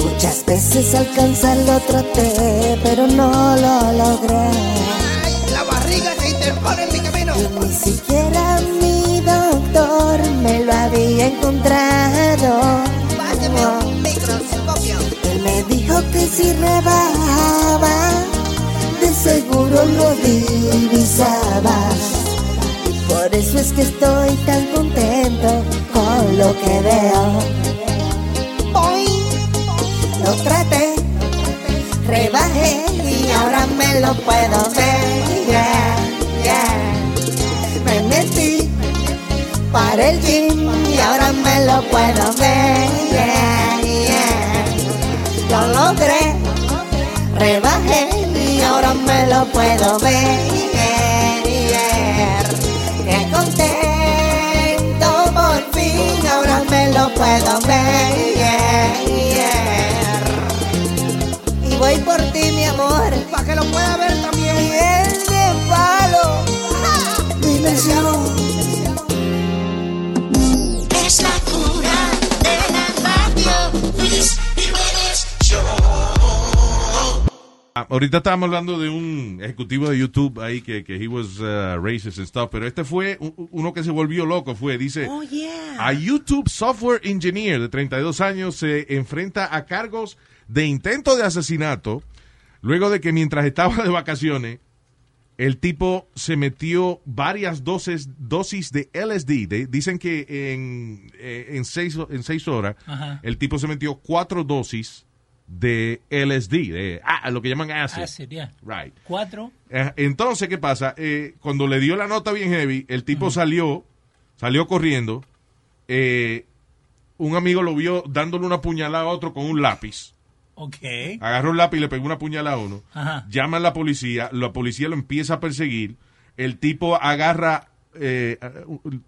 Speaker 13: Muchas veces alcanzarlo traté, pero no lo logré.
Speaker 14: La barriga se interpone en mi camino.
Speaker 13: Ni siquiera mi doctor me lo había encontrado.
Speaker 14: Páseme un microscopio.
Speaker 13: Él me dijo que si rebajaba, de seguro lo divisabas. Y por eso es que estoy tan contento con lo que veo. Hoy lo traté, rebajé y ahora me te lo puedo ver. Yeah, yeah. Me metí para el gym y ahora me lo puedo ver. Yeah, yeah. Lo logré, rebajé y ahora me lo puedo ver. yeah. Qué contento por fin, ahora me lo puedo ver. Y voy por ti, mi amor. Para que lo pueda ver también. Y es de palo. Dimensión.
Speaker 11: Es la cura de la radio. Luis Jiménez Show.
Speaker 3: Ah, Ahorita estábamos hablando de un ejecutivo de YouTube ahí que, que he was uh, racist and stuff, pero este fue u- uno que se volvió loco, fue, dice,
Speaker 11: Oh, yeah.
Speaker 3: a YouTube software engineer de 32 años se enfrenta a cargos de intento de asesinato luego de que mientras estaba de vacaciones, el tipo se metió varias dosis, dosis de LSD. De- dicen que en, eh, en, seis, en seis horas,
Speaker 4: Ajá.
Speaker 3: el tipo se metió cuatro dosis de LSD, de ah, lo que llaman acid.
Speaker 4: Acid, yeah.
Speaker 3: Right.
Speaker 4: Cuatro.
Speaker 3: Eh, Entonces, ¿qué pasa? Eh, cuando le dio la nota bien heavy, el tipo salió, salió corriendo. eh, un amigo lo vio dándole una puñalada a otro con un lápiz.
Speaker 4: Ok.
Speaker 3: Agarró un lápiz y le pegó una puñalada a uno.
Speaker 4: Ajá.
Speaker 3: Llama a la policía, la policía lo empieza a perseguir. El tipo agarra, eh,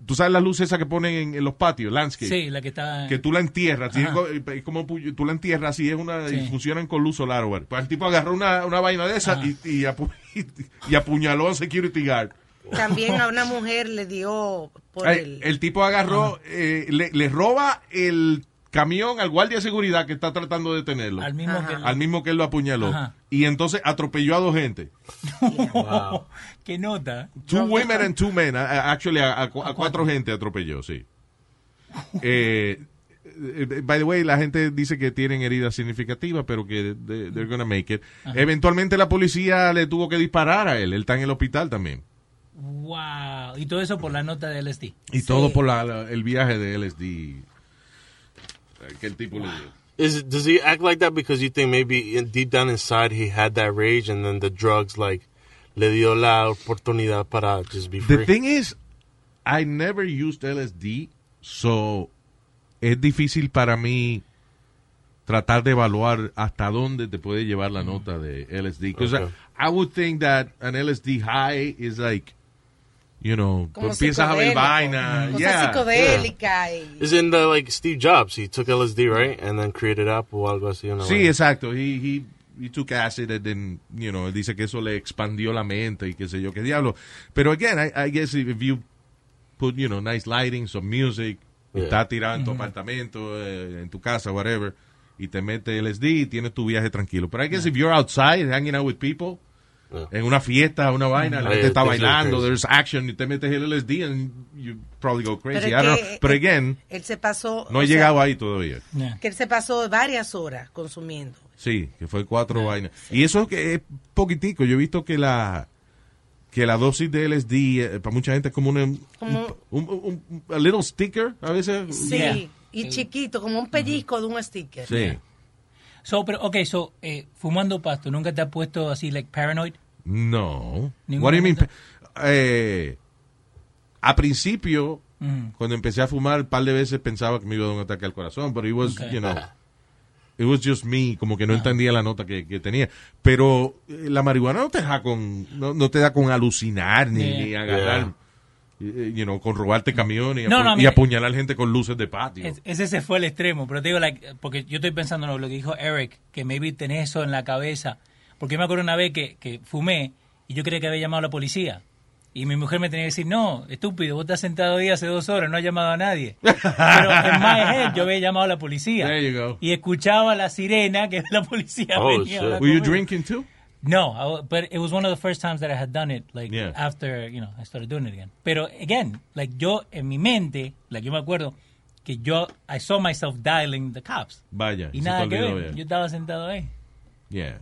Speaker 3: tú sabes las luces esas que ponen en, en los patios, landscape
Speaker 4: Sí, la que está.
Speaker 3: que tú la entierras,
Speaker 4: Ajá.
Speaker 3: así es co- es como pu- tú la entierras así es una
Speaker 4: Sí.
Speaker 3: y funcionan con luz solar, güey. Pues el tipo agarró una, una vaina de esa y, y, apu- [laughs] y apuñaló a security guard.
Speaker 5: También a una mujer le dio por
Speaker 3: Ay,
Speaker 5: el...
Speaker 3: el... tipo agarró, eh, le, le roba el camión al guardia de seguridad que está tratando de detenerlo.
Speaker 4: Al mismo Ajá. que-
Speaker 3: Al mismo que él lo apuñaló.
Speaker 4: Ajá.
Speaker 3: Y entonces atropelló a dos gente.
Speaker 4: ¿Qué nota?
Speaker 3: Two women and two men. a- a- Actually, a, a cu- a cuatro gente atropelló, sí. Eh, eh, by the way, la gente dice que tienen heridas significativas, pero que they- they're gonna make it.
Speaker 4: Ajá.
Speaker 3: Eventualmente la policía le tuvo que disparar a él. Él está en el hospital también.
Speaker 4: Wow. Ah, Y todo eso por la nota de LSD.
Speaker 3: Y todo por la- la- el viaje de LSD. Que el tipo le dio.
Speaker 6: Is it, does he act like that because you think maybe in- deep down inside he had that rage and then the drugs like le dio la oportunidad para just be free?
Speaker 3: The thing is, I never used LSD, so es difícil para mí tratar de evaluar hasta dónde te puede llevar
Speaker 6: Mm.
Speaker 3: la nota de LSD. Because
Speaker 6: Okay.
Speaker 3: I, I would think that an LSD high is like, you know, tú
Speaker 5: Como
Speaker 3: empiezas a ver
Speaker 5: psicodélico.
Speaker 3: vaina.
Speaker 5: Cosa
Speaker 3: yeah, yeah.
Speaker 5: psicodélica y...
Speaker 6: is in the like Steve Jobs? He took LSD right and then created Apple algo así. You know,
Speaker 3: Sí, exacto. He, he, he took acid and then, you know, él dice que eso le expandió la mente y qué sé yo, qué diablo. Pero again, I, I guess if you put, you know, nice lighting, some music, y
Speaker 6: Yeah.
Speaker 3: está tirado en tu
Speaker 6: Ujú.
Speaker 3: apartamento, eh, en tu casa, whatever, y te mete LSD y tienes tu viaje tranquilo. Pero I guess if you're outside hanging out with people, en una fiesta, una vaina, la
Speaker 6: Ay,
Speaker 3: gente está
Speaker 6: te sientes
Speaker 3: bailando,
Speaker 6: crazy.
Speaker 3: there's action, y te metes el LSD and you probably go crazy.
Speaker 5: Pero
Speaker 3: I don't
Speaker 5: es
Speaker 3: know.
Speaker 5: que-
Speaker 3: Pero again,
Speaker 5: Él se pasó...
Speaker 3: no
Speaker 5: o
Speaker 3: he
Speaker 5: sea,
Speaker 3: llegado ahí todavía.
Speaker 5: Que él se pasó varias horas consumiendo.
Speaker 3: Sí, que fue cuatro vainas. Y eso que es poquitico. Yo he visto que la que la dosis de LSD eh, para mucha gente es como una- un,
Speaker 5: Como-
Speaker 3: un, un- un- a little sticker a veces.
Speaker 5: Sí, y chiquito, como un pellizco de un sticker.
Speaker 3: Sí.
Speaker 4: So, pero, ok, so, eh, fumando pasto, ¿nunca te has puesto así, like, paranoid?
Speaker 3: No.
Speaker 4: Ningún
Speaker 3: What do you mean?
Speaker 4: momento.
Speaker 3: Eh, a principio,
Speaker 4: Mm.
Speaker 3: cuando empecé a fumar, un par de veces pensaba que me iba a dar un ataque al corazón, pero it was,
Speaker 4: Ok. Ah.
Speaker 3: you know, it was just me, como que no entendía la nota que, que tenía. Pero eh, la marihuana no te deja con, no, no te da con alucinar ni,
Speaker 4: Yeah.
Speaker 3: ni agarrar, eh, you know, con robarte camiones y,
Speaker 4: No,
Speaker 3: apu-
Speaker 4: no, a mí-
Speaker 3: y apuñalar gente con luces de patio.
Speaker 4: Es- ese se fue el extremo, pero te digo, like, porque yo estoy pensando en lo que dijo Eric, que maybe tenés eso en la cabeza. Porque yo me acuerdo una vez que, que fumé y yo creía que había llamado a la policía. Y mi mujer me tenía que decir, no, estúpido, vos estás sentado ahí hace dos horas, no has llamado
Speaker 3: [laughs]
Speaker 4: a nadie. Pero en my head yo había llamado a la policía.
Speaker 3: There you go.
Speaker 4: Y escuchaba la sirena que la policía
Speaker 3: Oh,
Speaker 4: venía. a
Speaker 3: shit.
Speaker 4: hablar
Speaker 3: Were you
Speaker 4: conmigo.
Speaker 3: drinking too?
Speaker 4: No, I wa- but it was one of the first times that I had done it, like
Speaker 3: Yeah.
Speaker 4: after you know I started doing it again. Pero again, like yo en mi mente, like yo me acuerdo que yo I saw myself dialing the cops.
Speaker 3: Vaya,
Speaker 4: Y
Speaker 3: se
Speaker 4: nada
Speaker 3: te
Speaker 4: que
Speaker 3: olvidó,
Speaker 4: ver,
Speaker 3: yeah.
Speaker 4: yo estaba sentado ahí.
Speaker 3: Yeah.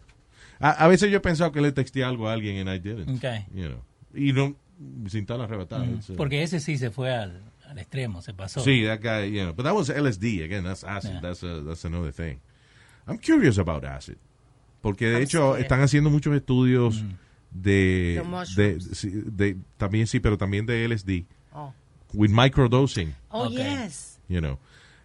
Speaker 3: A, a veces yo he pensado que le texté algo a alguien and I didn't.
Speaker 4: Okay.
Speaker 3: You know. Y no, sin tal arrebatado.
Speaker 4: Mm.
Speaker 3: It's, uh,
Speaker 4: Porque ese sí se fue al, al extremo, se pasó.
Speaker 3: Sí, that guy, you know, but that was LSD again. That's acid.
Speaker 4: Yeah.
Speaker 3: That's a, that's another thing. I'm curious about acid. Porque de hecho están haciendo muchos estudios
Speaker 4: Mm.
Speaker 3: de,
Speaker 5: Los
Speaker 3: de,
Speaker 5: mushrooms.
Speaker 3: sí, de- también sí, pero también de LSD
Speaker 5: Oh,
Speaker 3: with microdosing,
Speaker 5: Oh, yes.
Speaker 3: you know,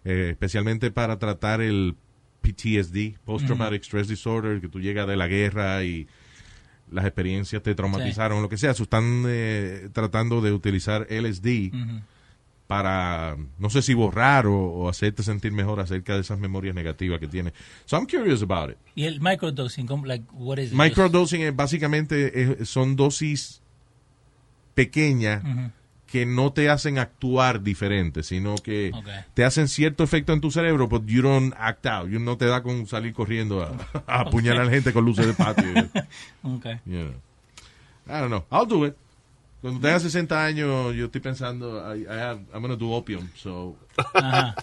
Speaker 3: eh, especialmente para tratar el PTSD, post traumatic
Speaker 4: Mm.
Speaker 3: stress disorder, que tú llegas de la guerra y las experiencias te traumatizaron, lo que sea, se están eh, tratando de utilizar LSD
Speaker 4: Ujú.
Speaker 3: para, no sé si borrar o, o hacerte sentir mejor acerca de esas memorias negativas que tienes. So I'm curious about it.
Speaker 4: Y el microdosing, ¿cómo- like, what is it?
Speaker 3: Microdosing es básicamente es- son dosis pequeñas
Speaker 4: Ujú.
Speaker 3: que no te hacen actuar diferente, sino que
Speaker 4: Ok.
Speaker 3: te hacen cierto efecto en tu cerebro, but you don't act out. You no te da con salir corriendo a,
Speaker 4: [laughs]
Speaker 3: a apuñalar a la gente con luces de patio.
Speaker 4: Ok.
Speaker 3: Yeah. I don't know. I'll do it. Cuando tenga 60 años, yo estoy pensando, I, I have, I'm going to do opium, so...
Speaker 4: Ajá.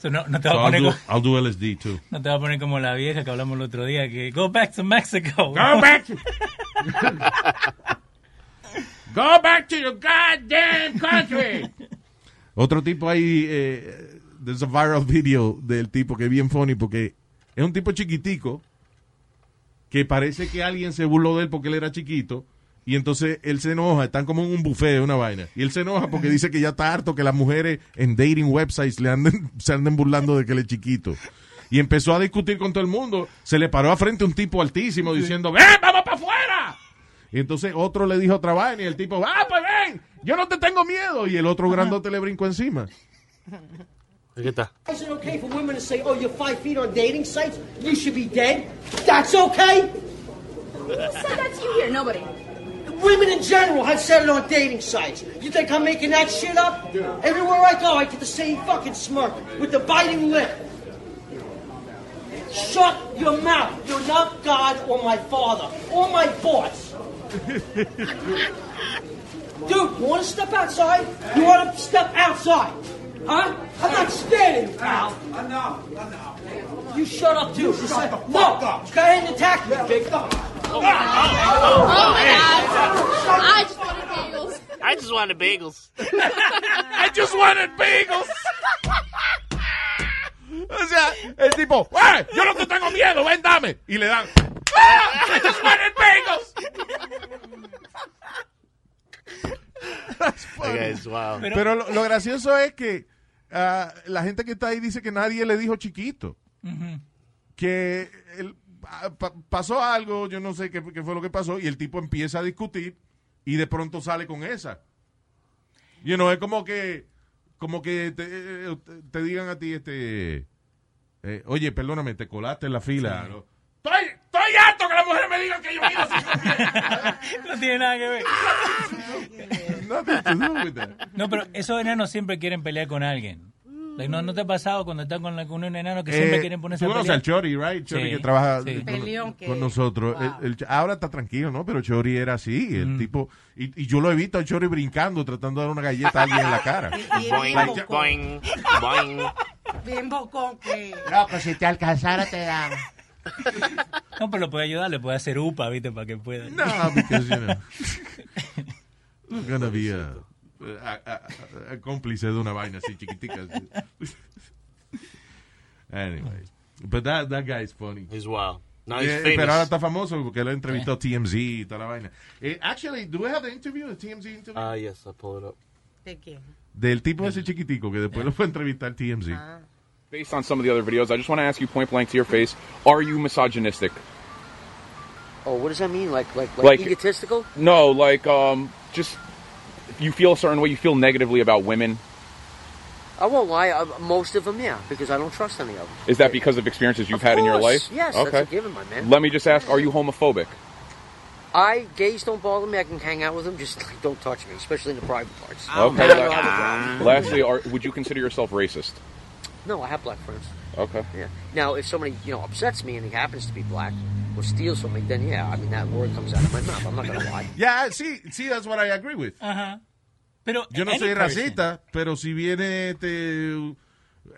Speaker 4: So, no, no te
Speaker 3: So
Speaker 4: va a
Speaker 3: I'll
Speaker 4: poner
Speaker 3: do,
Speaker 4: co-
Speaker 3: I'll do LSD too.
Speaker 4: no te va a poner como la vieja que hablamos el otro día, que go back to Mexico.
Speaker 8: Go back to- Go back to your goddamn country.
Speaker 3: Otro tipo ahí, eh, there's a viral video del tipo que es bien funny porque es un tipo chiquitico que parece que alguien se burló de él porque él era chiquito y entonces él se enoja, están como en un buffet, una vaina. Y él se enoja porque dice que ya está harto que las mujeres en dating websites le anden, [laughs] se anden burlando de que él es chiquito. Y empezó a discutir con todo el mundo, se le paró a frente un tipo altísimo diciendo, ¡Ven, vamos para afuera! Y entonces otro le dijo otra vaina y el tipo, ¡Ah, pues ven! Yo no te tengo miedo. Y el otro grandote le brincó encima.
Speaker 6: Aquí está.
Speaker 15: Is it okay for women to say, oh, you're five feet on dating sites? You should be dead? That's okay?
Speaker 11: Who said that to you here? Nobody.
Speaker 15: Women in general have said it on dating sites. You think I'm making that shit up? Everywhere I go, I get the same fucking smirk with the biting lip. Shut your mouth. You're not God or my father or my [laughs] boss. Dude, you want to step outside? You want to step outside? Huh? I'm not scared of you, pal. Enough, enough. You shut up, too. You shut the fuck up. Go ahead and attack me, big
Speaker 11: Oh, my
Speaker 15: God.
Speaker 11: I just wanted bagels. I just wanted bagels. I
Speaker 3: just wanted
Speaker 11: [laughs]
Speaker 3: bagels. O sea, el tipo, ¡Eh! Yo no te tengo miedo, ven, dame. Y le dan. ¡Ah! I just wanted bagels.
Speaker 6: Guys, wow.
Speaker 3: Pero, lo, lo gracioso es que ah, la gente que está ahí dice que nadie le dijo chiquito.
Speaker 10: Mm-hmm.
Speaker 3: Que el- ah, pa- pasó algo, yo no sé qué, qué fue lo que pasó, y el tipo empieza a discutir y de pronto sale con esa. Y no es como que como que te, eh, te- te digan a ti este eh, oye, perdóname, te colaste en la fila. ¿no? Estoy, estoy harto que las mujeres me digan que yo mido
Speaker 4: No tiene nada que ver.
Speaker 3: No,
Speaker 4: pero esos enanos siempre quieren pelear con alguien. Like, no, ¿No te ha pasado cuando estás con, la- con un enano que siempre
Speaker 3: Eh,
Speaker 4: quieren ponerse
Speaker 3: Tú
Speaker 4: a
Speaker 3: conoces
Speaker 4: pelear?
Speaker 3: al Chori, right? Chori
Speaker 4: Sí,
Speaker 3: que trabaja
Speaker 4: sí.
Speaker 3: con, con nosotros. El- el Ch- ahora está tranquilo, ¿no? Pero Chori era así,
Speaker 4: Mm.
Speaker 3: el tipo. Y, y yo lo he visto al Chori brincando, tratando de dar una galleta a alguien en la cara.
Speaker 5: [laughs] Y- y era
Speaker 3: Like,
Speaker 5: bocón.
Speaker 3: ya-
Speaker 5: Bien bocón que...
Speaker 16: No, pues [laughs] si te alcanzara te daba.
Speaker 4: No, pero lo puede ayudar, le puede hacer upa, ¿viste? Para que pueda.
Speaker 3: No, because, you know, I'm gonna be a- eh, a- a- a- a cómplice de una vaina así
Speaker 5: [laughs]
Speaker 3: chiquitica. anyway. But that, that guy is funny.
Speaker 6: He's wild. Now he's
Speaker 3: Eh,
Speaker 6: famous.
Speaker 3: pero ahora está famoso porque lo entrevistó TMZ y toda la vaina. Eh, actually, do we have the interview, the TMZ interview?
Speaker 6: Ah, yes, I pull it up.
Speaker 5: ¿De quién?
Speaker 3: Del tipo ese chiquitico que después lo fue a entrevistar
Speaker 5: Ah,
Speaker 3: TMZ.
Speaker 17: Based on some of the other videos, I just want to ask you point blank to your face: Are you misogynistic?
Speaker 18: Oh, what does that mean? Like, like, like,
Speaker 17: Like-
Speaker 18: egotistical?
Speaker 17: No, like um, just if you feel a certain way, you feel negatively about women.
Speaker 18: I won't lie. I, most of them, yeah, because I don't trust any of them.
Speaker 17: Is that because of experiences you've had in your
Speaker 18: course.
Speaker 17: life?
Speaker 18: Yes, that's a given, my man.
Speaker 17: Let me just ask: Are you homophobic?
Speaker 18: I gays don't bother me. I can hang out with them, just like, don't touch me, especially in the private parts.
Speaker 17: okay.
Speaker 18: Not on the
Speaker 17: la-
Speaker 18: ground.
Speaker 17: lastly, are, would you consider yourself racist?
Speaker 18: no, I have black friends.
Speaker 17: Okay.
Speaker 18: Yeah. Now, if somebody you know upsets me and he happens to be black or steals from me, then yeah, I mean that word comes out of my mouth. I'm not gonna lie.
Speaker 3: Yeah, sí, sí, that's what I agree with.
Speaker 4: Ajá. Pero
Speaker 3: Yo no
Speaker 4: any
Speaker 3: soy
Speaker 4: person-
Speaker 3: racista, pero si viene este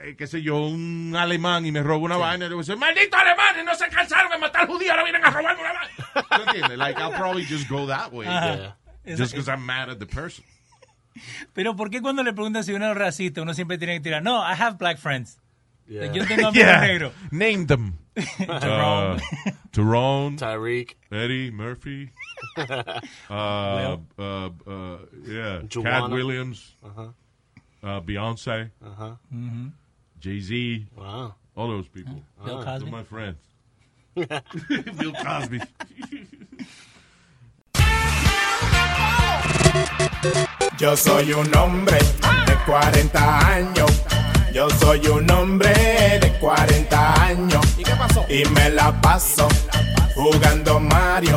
Speaker 3: eh, qué sé yo, un alemán y me roba una vaina, yo voy a decir, "Maldito alemanes, no se cansaron de matar judíos, ahora vienen a robarme una vaina." ¿Tú entiendes? Like I'll probably just go that way.
Speaker 4: Ajá.
Speaker 3: Yeah. Just because I'm mad at the person.
Speaker 4: Pero ¿por qué cuando le preguntan si uno
Speaker 3: [laughs]
Speaker 4: es racista, uno siempre tiene que tirar, no, I have black friends. Like, yo tengo amigos
Speaker 3: Yeah.
Speaker 4: negros. [laughs]
Speaker 3: Name them. [laughs] Uh, Tyrone.
Speaker 6: Tyreek.
Speaker 3: Eddie
Speaker 6: [laughs]
Speaker 3: Murphy. uh, uh, uh, yeah. Cat
Speaker 6: Juwana.
Speaker 3: Williams.
Speaker 6: Uh-huh.
Speaker 3: Uh, Beyonce.
Speaker 6: Uh-huh.
Speaker 4: Mhm.
Speaker 3: Jay Z.
Speaker 6: Wow.
Speaker 3: All those people.
Speaker 6: Bill
Speaker 3: They're
Speaker 6: Cosby?
Speaker 3: my friends. [laughs] Bill Cosby.
Speaker 19: Yo soy un hombre de 40 años. Yo soy un hombre de 40 años. ¿Y me la paso jugando Mario.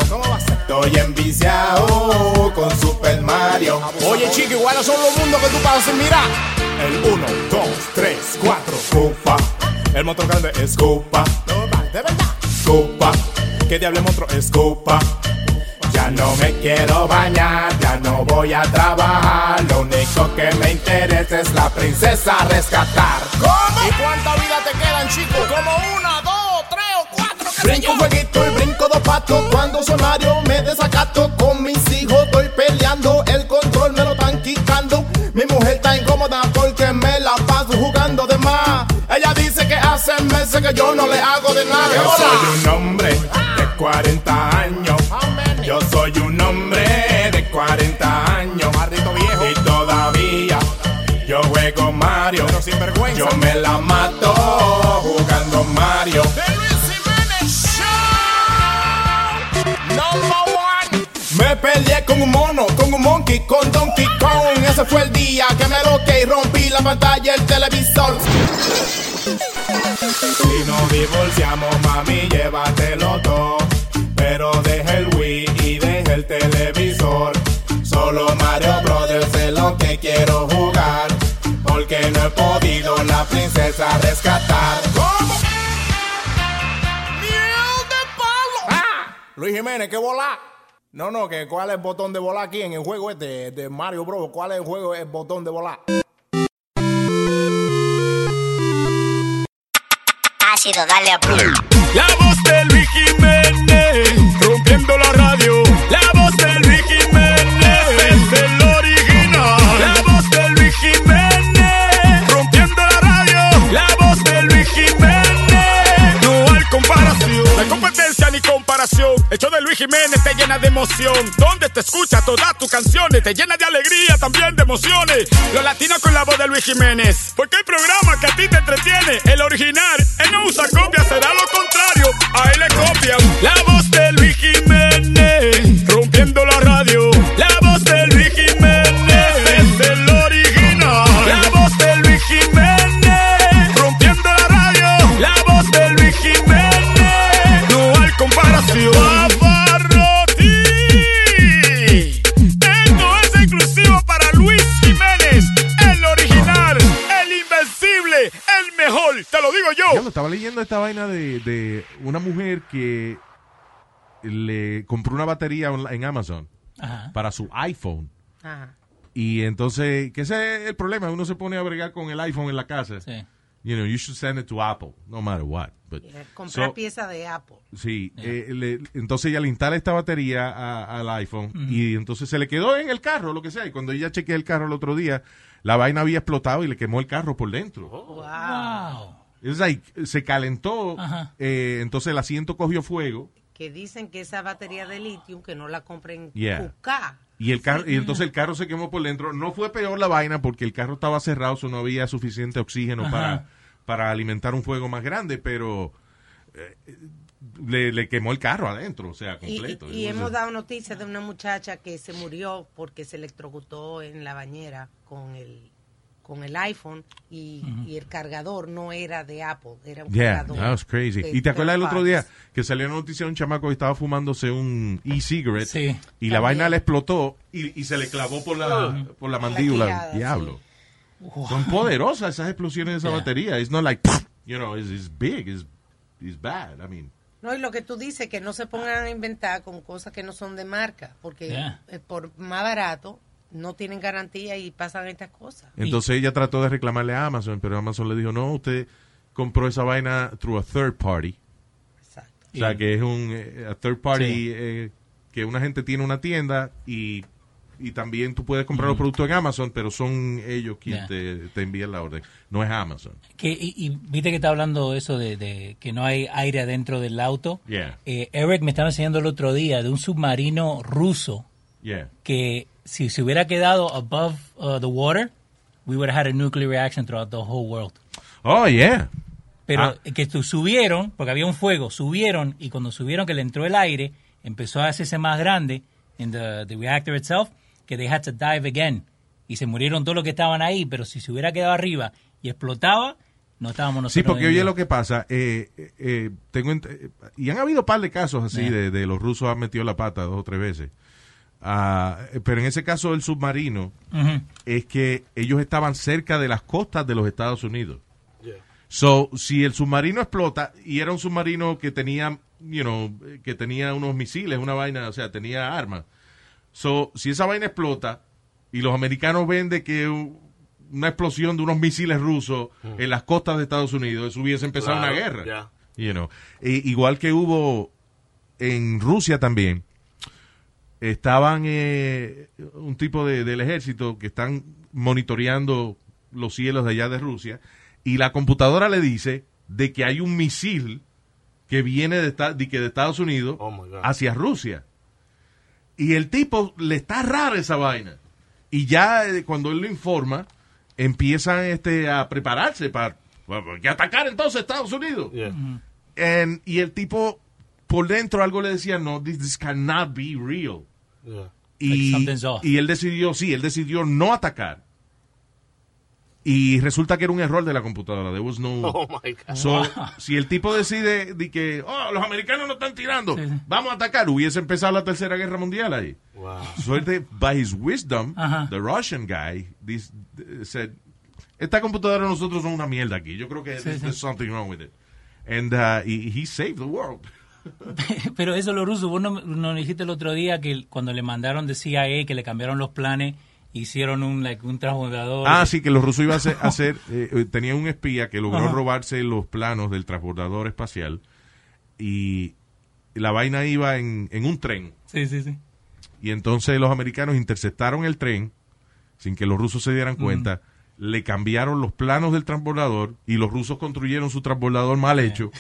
Speaker 19: Estoy enviciado con Super Mario. Oye, chico, igual son los mundos que tú pasas mira. El 1, 2, 3, 4, Cupa. El motor grande es Cupa. De verdad. Cupa. Que diablo el monstruo es Cupa. Ya no me quiero bañar, ya no voy a trabajar. Lo único que me interesa es la princesa a rescatar.
Speaker 20: ¿Y cuánta vida te quedan, chicos? Como una, dos, tres o cuatro. qué sé
Speaker 19: Brinco un jueguito y brinco dos patos. Cuando sonario me desacato. Con mis hijos estoy peleando. El control me lo están quitando. Mi mujer está incómoda porque me la paso jugando de más. Ella dice que hace meses que yo no le hago de nada.
Speaker 11: Yo soy
Speaker 19: un hombre de 40 años. Yo soy un hombre de 40 años. viejo. Y todavía yo juego Mario. Yo me la mato jugando Mario. Me peleé con un mono, con un monkey, con Donkey Kong. Ese fue el día que me loqué y rompí la pantalla del televisor. Si nos divorciamos, mami, llévatelo todo. Pero deja el Wii y deja el televisor. Solo Mario Brothers es lo que quiero jugar. Porque no he podido la princesa rescatar.
Speaker 20: Luis Jiménez, ¿qué volá? No, no, que cuál es el botón de volar aquí en el juego este de Mario Bros. ¿Cuál es el juego el botón de volar?
Speaker 21: Ha sido darle a play.
Speaker 20: La voz de Luis Jiménez, rompiendo la radio. La voz de Luis Jiménez, es el original. La voz de Luis Jiménez, rompiendo la radio. La voz de Luis Jiménez, no hay comparación. No hay competencia ni comparación. El show de Luis Jiménez te llena de emoción. Donde te escucha todas tus canciones, te llena de alegría, también de emociones. Los latinos con la voz de Luis Jiménez. Porque el programa que a ti te entretiene, el original, él no usa copia, será lo contrario. A él le copian. La voz de Luis Jiménez, rompiendo la radio. La voz de Luis Jiménez, es el original. La voz de Luis Jiménez, rompiendo la radio. La voz de Luis Jiménez, no hay comparación. Pavarotti. Esto es exclusivo para Luis Jiménez, el original, el invencible, el mejor. Te lo digo yo.
Speaker 3: Diablo, estaba leyendo esta vaina de, de una mujer que le compró una batería onla- en Amazon
Speaker 4: Ajá.
Speaker 3: para su iPhone.
Speaker 5: Ajá.
Speaker 3: Y entonces, que ese es el problema, uno se pone a bregar con el iPhone en la casa. You know, you should send it to Apple, no matter what. But,
Speaker 5: Comprar
Speaker 3: so-
Speaker 5: piezas de Apple.
Speaker 3: Sí, eh, le- entonces ella le instala esta batería a- al iPhone y entonces se le quedó en el carro, lo que sea. Y cuando ella chequeó el carro el otro día, la vaina había explotado y le quemó el carro por dentro.
Speaker 5: Oh. Wow.
Speaker 3: Es like, se calentó,
Speaker 5: Ajá.
Speaker 3: eh, entonces el asiento cogió fuego
Speaker 5: Que dicen que esa batería de litio que no la compren
Speaker 3: Yeah.
Speaker 5: UCA.
Speaker 3: y el carro, y entonces el carro se quemó por dentro. No fue peor la vaina porque el carro estaba cerrado, so no había suficiente oxígeno
Speaker 4: Ajá.
Speaker 3: para, para alimentar un fuego más grande, pero eh, le, le quemó el carro adentro, o sea,
Speaker 5: Y-
Speaker 3: completo.
Speaker 5: Y,
Speaker 3: It
Speaker 5: y
Speaker 3: was
Speaker 5: hemos
Speaker 3: a-
Speaker 5: dado noticias de una muchacha que se murió porque se electrocutó en la bañera con el con el iPhone y,
Speaker 3: Ujú.
Speaker 5: y el cargador no era de Apple, era un
Speaker 3: Yeah,
Speaker 5: cargador.
Speaker 3: that was crazy.
Speaker 5: de
Speaker 3: ¿Y te acuerdas el
Speaker 5: third
Speaker 3: otro
Speaker 5: parties.
Speaker 3: día que salió la noticia de un chamaco que estaba fumándose un e-cigarette y la
Speaker 5: También.
Speaker 3: vaina le explotó y, y se le clavó por la, por la mandíbula?
Speaker 5: Ah. quijada,
Speaker 3: Diablo. Son poderosas esas explosiones de esa batería. It's not like, you know, it's, it's big, it's, it's bad. I mean,
Speaker 5: No, y lo que tú dices, que no se pongan a inventar con cosas que no son de marca, porque
Speaker 3: Yeah.
Speaker 5: eh, por más barato no tienen garantía y pasan estas cosas.
Speaker 3: entonces ella trató de reclamarle a Amazon, pero Amazon le dijo, no, usted compró esa vaina through a third party. O sea, que es un eh, a third party
Speaker 4: Sí.
Speaker 3: eh, que una gente tiene una tienda y Y también tú puedes comprar los productos en Amazon, pero son ellos quienes te, te envían la orden. No es Amazon.
Speaker 4: Que, y, y viste que está hablando eso de, de que no hay aire adentro del auto.
Speaker 3: Yeah.
Speaker 4: Eh, Eric me estaba enseñando el otro día de un submarino ruso
Speaker 3: Yeah.
Speaker 4: que si se hubiera quedado above uh, the water, we would have had a nuclear reaction throughout the whole world.
Speaker 3: Oh, yeah.
Speaker 4: Pero eh,
Speaker 3: Ah.
Speaker 4: que tu- subieron, porque había un fuego, subieron y cuando subieron que le entró el aire, empezó a hacerse más grande en the, the reactor itself, que they had to dive again. Y se murieron todos los que estaban ahí, pero si se hubiera quedado arriba y explotaba, no estábamos nosotros.
Speaker 3: Sí, porque
Speaker 4: hoy en
Speaker 3: oye
Speaker 4: día.
Speaker 3: lo que pasa. eh, eh, eh, tengo ent- y han habido un par de casos así
Speaker 4: Yeah.
Speaker 3: de, de los rusos han metido la pata dos o tres veces. Ah, pero en ese caso del submarino
Speaker 4: Ujú.
Speaker 3: es que ellos estaban cerca de las costas de los Estados Unidos. So, si el submarino explota y era un submarino que tenía, you know, que tenía unos misiles, una vaina, o sea, tenía armas. So, si esa vaina explota y los americanos ven de que u- una explosión de unos misiles rusos en las costas de Estados Unidos, eso hubiese empezado
Speaker 6: Hmm. Claro,
Speaker 3: una guerra.
Speaker 6: ya.
Speaker 3: You know. E- igual que hubo en Rusia también, estaban eh, un tipo de- del ejército que están monitoreando los cielos de allá de Rusia y la computadora le dice de que hay un misil que viene de, esta- de que de Estados Unidos
Speaker 6: Oh
Speaker 3: hacia Rusia. Y el tipo le está rara esa vaina. Y ya eh, cuando él lo informa, empiezan este, a prepararse para que atacar entonces Estados Unidos. And- y el tipo por dentro algo le decía, no, this, this cannot be real.
Speaker 6: Yeah.
Speaker 3: Y,
Speaker 4: something's off.
Speaker 3: y él decidió, sí, él decidió no atacar. Y resulta que era un error de la computadora. There was no...
Speaker 6: [laughs] Oh, my God.
Speaker 3: So,
Speaker 6: Wow.
Speaker 3: Si el tipo decide de que, oh, los americanos no están tirando, vamos a atacar, hubiese empezado la Tercera Guerra Mundial ahí.
Speaker 6: Wow.
Speaker 3: Suerte, by his wisdom,
Speaker 6: Ajá.
Speaker 3: the Russian guy this, eh, said, esta computadora de nosotros son una mierda aquí. Yo creo que
Speaker 4: Sí, sí.
Speaker 3: there's something wrong with it. And uh, he, he saved the
Speaker 4: [laughs]
Speaker 3: world.
Speaker 4: Pero eso lo ruso, vos no- nos dijiste el otro día que el- cuando le mandaron de CIA que le cambiaron los planes, hicieron un, like, un transbordador.
Speaker 3: Ah, sí, que los rusos iban a hacer, hacer, eh, eh, tenía un espía que logró
Speaker 4: Ajá.
Speaker 3: robarse los planos del transbordador espacial y la vaina iba en, en un tren.
Speaker 4: [laughs] Sí, sí, sí.
Speaker 3: Y entonces los americanos interceptaron el tren sin que los rusos se dieran cuenta, le cambiaron los planos del transbordador y los rusos construyeron su transbordador mal hecho.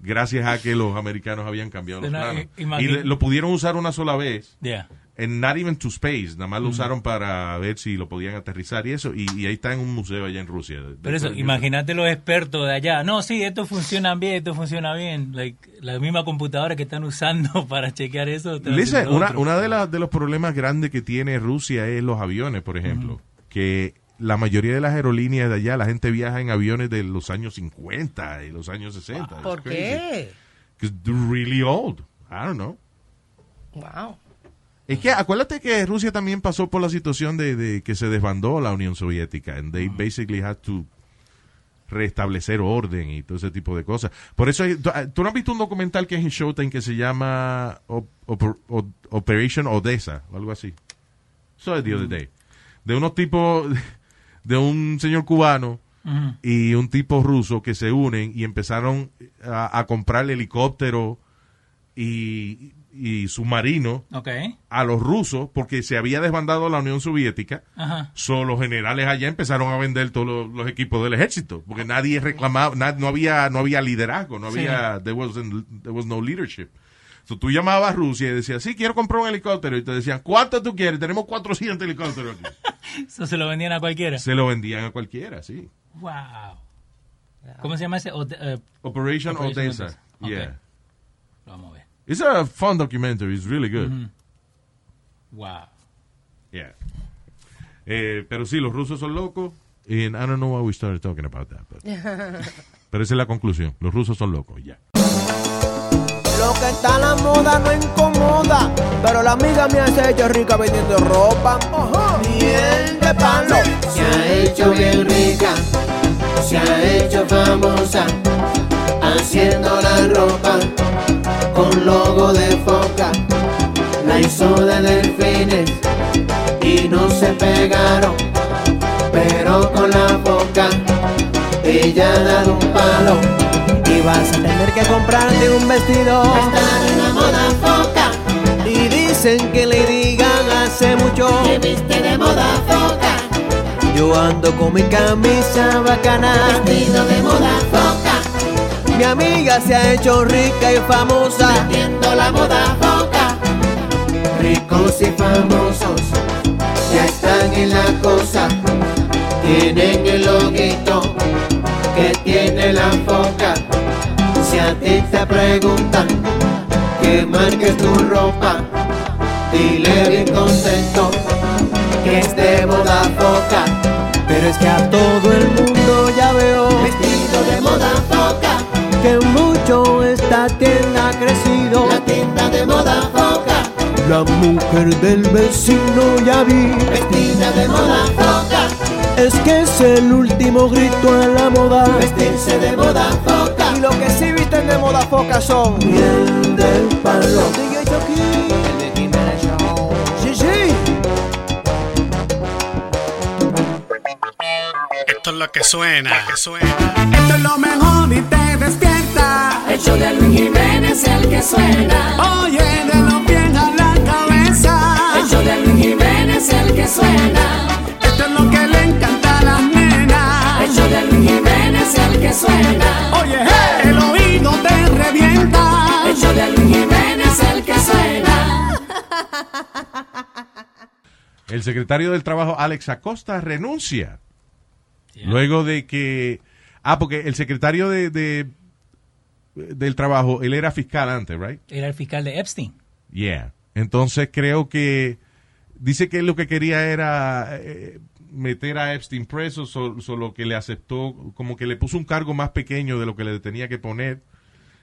Speaker 3: Gracias a que los americanos habían cambiado los
Speaker 4: Pero,
Speaker 3: planos.
Speaker 4: eh, imagín-
Speaker 3: Y le- lo pudieron usar una sola vez.
Speaker 4: Yeah.
Speaker 3: En Not Even to Space. Nada más lo
Speaker 4: Mm.
Speaker 3: usaron para ver si lo podían aterrizar y eso. Y, y ahí está en un museo allá en Rusia. De-
Speaker 4: Pero
Speaker 3: de-
Speaker 4: eso,
Speaker 3: de-
Speaker 4: imagínate los expertos de allá. No, sí, esto funciona bien, esto funciona bien. Like, la misma computadora que están usando [laughs] para chequear eso. están
Speaker 3: Listen,
Speaker 4: haciendo
Speaker 3: una,
Speaker 4: otro.
Speaker 3: una de, las de los problemas grandes que tiene Rusia es los aviones, por ejemplo. Que la mayoría de las aerolíneas de allá, la gente viaja en aviones de los años 50 y los años 60.
Speaker 5: ¿Por
Speaker 3: It's crazy.
Speaker 5: qué?
Speaker 3: 'Cause they're really old. I don't know.
Speaker 5: Wow.
Speaker 3: Es que acuérdate que Rusia también pasó por la situación de, de que se desbandó la Unión Soviética. And they basically had to restablecer orden y todo ese tipo de cosas. Por eso, ¿tú, ah, tú no has visto un documental que es en Showtime que se llama Op- Op- Op- Operation Odessa o algo así? Eso es The Other Day. De unos tipos, [laughs] de un señor cubano
Speaker 4: Ujú.
Speaker 3: y un tipo ruso que se unen y empezaron eh, a, a comprar helicóptero y, y submarino
Speaker 4: Ok.
Speaker 3: a los rusos porque se había desbandado la Unión Soviética.
Speaker 4: Ajá.
Speaker 3: So, los generales allá empezaron a vender todos los, los equipos del ejército porque nadie reclamaba, na- no había no había liderazgo, no
Speaker 4: Sí.
Speaker 3: había there, wasn't- there was no leadership. So, tú llamabas a Rusia y decías, sí, quiero comprar un helicóptero. Y te decían, ¿cuánto tú quieres? Tenemos 400 helicópteros aquí.
Speaker 4: Eso se lo vendían a cualquiera.
Speaker 3: Se lo vendían a cualquiera, sí.
Speaker 4: Wow. ¿Cómo se llama ese? Ode- eh,
Speaker 3: Operation, Odessa.
Speaker 4: Ok.
Speaker 3: Yeah.
Speaker 4: Lo vamos a ver.
Speaker 3: It's a fun documentary. It's really good.
Speaker 4: Ujú. Wow.
Speaker 3: Yeah. Eh, pero sí, los rusos son locos. And I don't know why we started talking about that. but- pero esa es la conclusión. Los rusos son locos, ya.
Speaker 1: Lo que está en la moda no incomoda, pero la amiga me hace hecho rica vendiendo ropa. Miel de palo.
Speaker 22: Se ha hecho bien rica, se ha hecho famosa, haciendo la ropa con logo de foca. La hizo de delfines y no se pegaron, pero con la boca ella ha dado un palo.
Speaker 1: Y vas a tener que comprarte un vestido.
Speaker 22: Está en la moda foca.
Speaker 1: Y dicen que le digan a hace mucho
Speaker 22: que viste de moda foca,
Speaker 1: Yo ando con mi camisa bacana
Speaker 22: vestido de moda foca,
Speaker 1: Mi amiga se ha hecho rica y famosa
Speaker 22: viendo la moda foca. Ricos y famosos ya están en la cosa, tienen el loguito que tiene la foca. Si a ti te preguntan que marques tu ropa, dile bien contento que es de moda foca,
Speaker 1: Pero es que a todo el mundo ya veo
Speaker 22: vestido de moda foca,
Speaker 1: Que mucho esta tienda ha crecido
Speaker 22: la tienda de moda foca,
Speaker 1: La mujer del vecino ya vi
Speaker 22: vestida de moda foca,
Speaker 1: Es que es el último grito a la moda
Speaker 22: vestirse de moda foca,
Speaker 1: Y lo que sí visten de moda foca son
Speaker 22: miel del palo,
Speaker 1: DJ Chucky. Sí, sí.
Speaker 2: Esto es lo que suena, que suena.
Speaker 7: Esto es lo mejor y te despierta.
Speaker 23: El show de Luis Jiménez es el que suena.
Speaker 7: Oye, de los pies a la cabeza.
Speaker 23: El show de Luis Jiménez es el que suena.
Speaker 7: Esto es lo que le encanta a las
Speaker 23: El
Speaker 7: nenas.
Speaker 23: show de Luis Jiménez es el que suena.
Speaker 7: Oye, hey, el oído te revienta.
Speaker 23: El show de Luis Jiménez es el que suena.
Speaker 3: El secretario del Trabajo, Alex Acosta, renuncia. Luego de que... Ah, porque el secretario de, de- del Trabajo, él era fiscal antes, ¿right?
Speaker 4: Era el fiscal de Epstein.
Speaker 3: Yeah. Entonces creo que... Dice que él lo que quería [laughs] era eh, meter a Epstein preso, solo que le aceptó, como que le puso un cargo más pequeño de lo que le tenía que poner.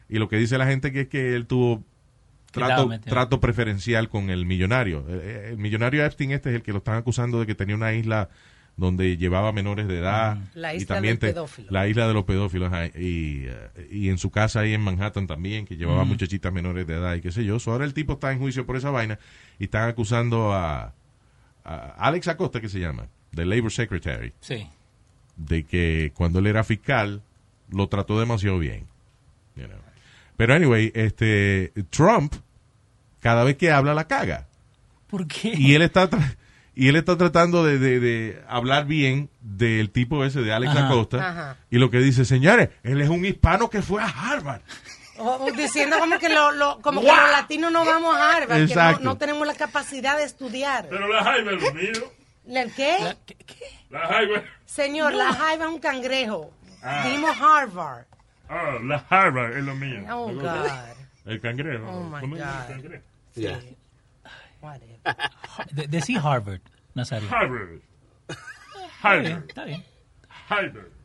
Speaker 3: Y lo que dice la gente que es que él tuvo
Speaker 4: Que estaba
Speaker 3: trato,
Speaker 4: metido.
Speaker 3: trato preferencial con el millonario. Eh, eh, El, millonario Epstein este es el que lo están acusando de que tenía una isla donde llevaba menores de edad.
Speaker 5: La
Speaker 3: y
Speaker 5: isla
Speaker 3: también
Speaker 5: del
Speaker 3: te-
Speaker 5: pedófilo.
Speaker 3: La isla de los pedófilos. ajá, Y, eh, y en su casa ahí en Manhattan también, que llevaba
Speaker 4: Ujú.
Speaker 3: muchachitas menores de edad y qué sé yo. So, ahora el tipo está en juicio por esa vaina y están acusando a, a Alex Acosta, que se llama, del Labor Secretary,
Speaker 4: Sí.
Speaker 3: de que cuando él era fiscal lo trató demasiado bien. you know. Pero anyway, este Trump cada vez que habla la caga
Speaker 4: ¿Por qué?
Speaker 3: y él está tra- y él está tratando de, de- de hablar bien del tipo ese de Alex
Speaker 4: Ajá.
Speaker 3: Acosta
Speaker 5: Ajá.
Speaker 3: y lo que dice señores él es un hispano que fue a Harvard
Speaker 5: O- o oh, Diciendo como que, lo- lo- como que los latinos no vamos a Harvard,
Speaker 3: Exacto.
Speaker 5: que no, no tenemos la capacidad de estudiar.
Speaker 8: Pero la Jaiba es lo mío.
Speaker 5: ¿El qué?
Speaker 8: La Jaiba.
Speaker 5: Señor, la jaiba es un cangrejo. Dimos Harvard.
Speaker 8: Ah, la Jaiba es lo mío.
Speaker 5: Oh,
Speaker 8: Me
Speaker 5: God.
Speaker 8: gusta. El cangrejo.
Speaker 5: Oh, my
Speaker 8: ¿Cómo es el
Speaker 5: God.
Speaker 8: cangrejo?
Speaker 5: Whatever.
Speaker 4: De- Decí Harvard, Nazario.
Speaker 8: Harvard.
Speaker 4: Está bien,
Speaker 8: Harvard.
Speaker 4: Está bien.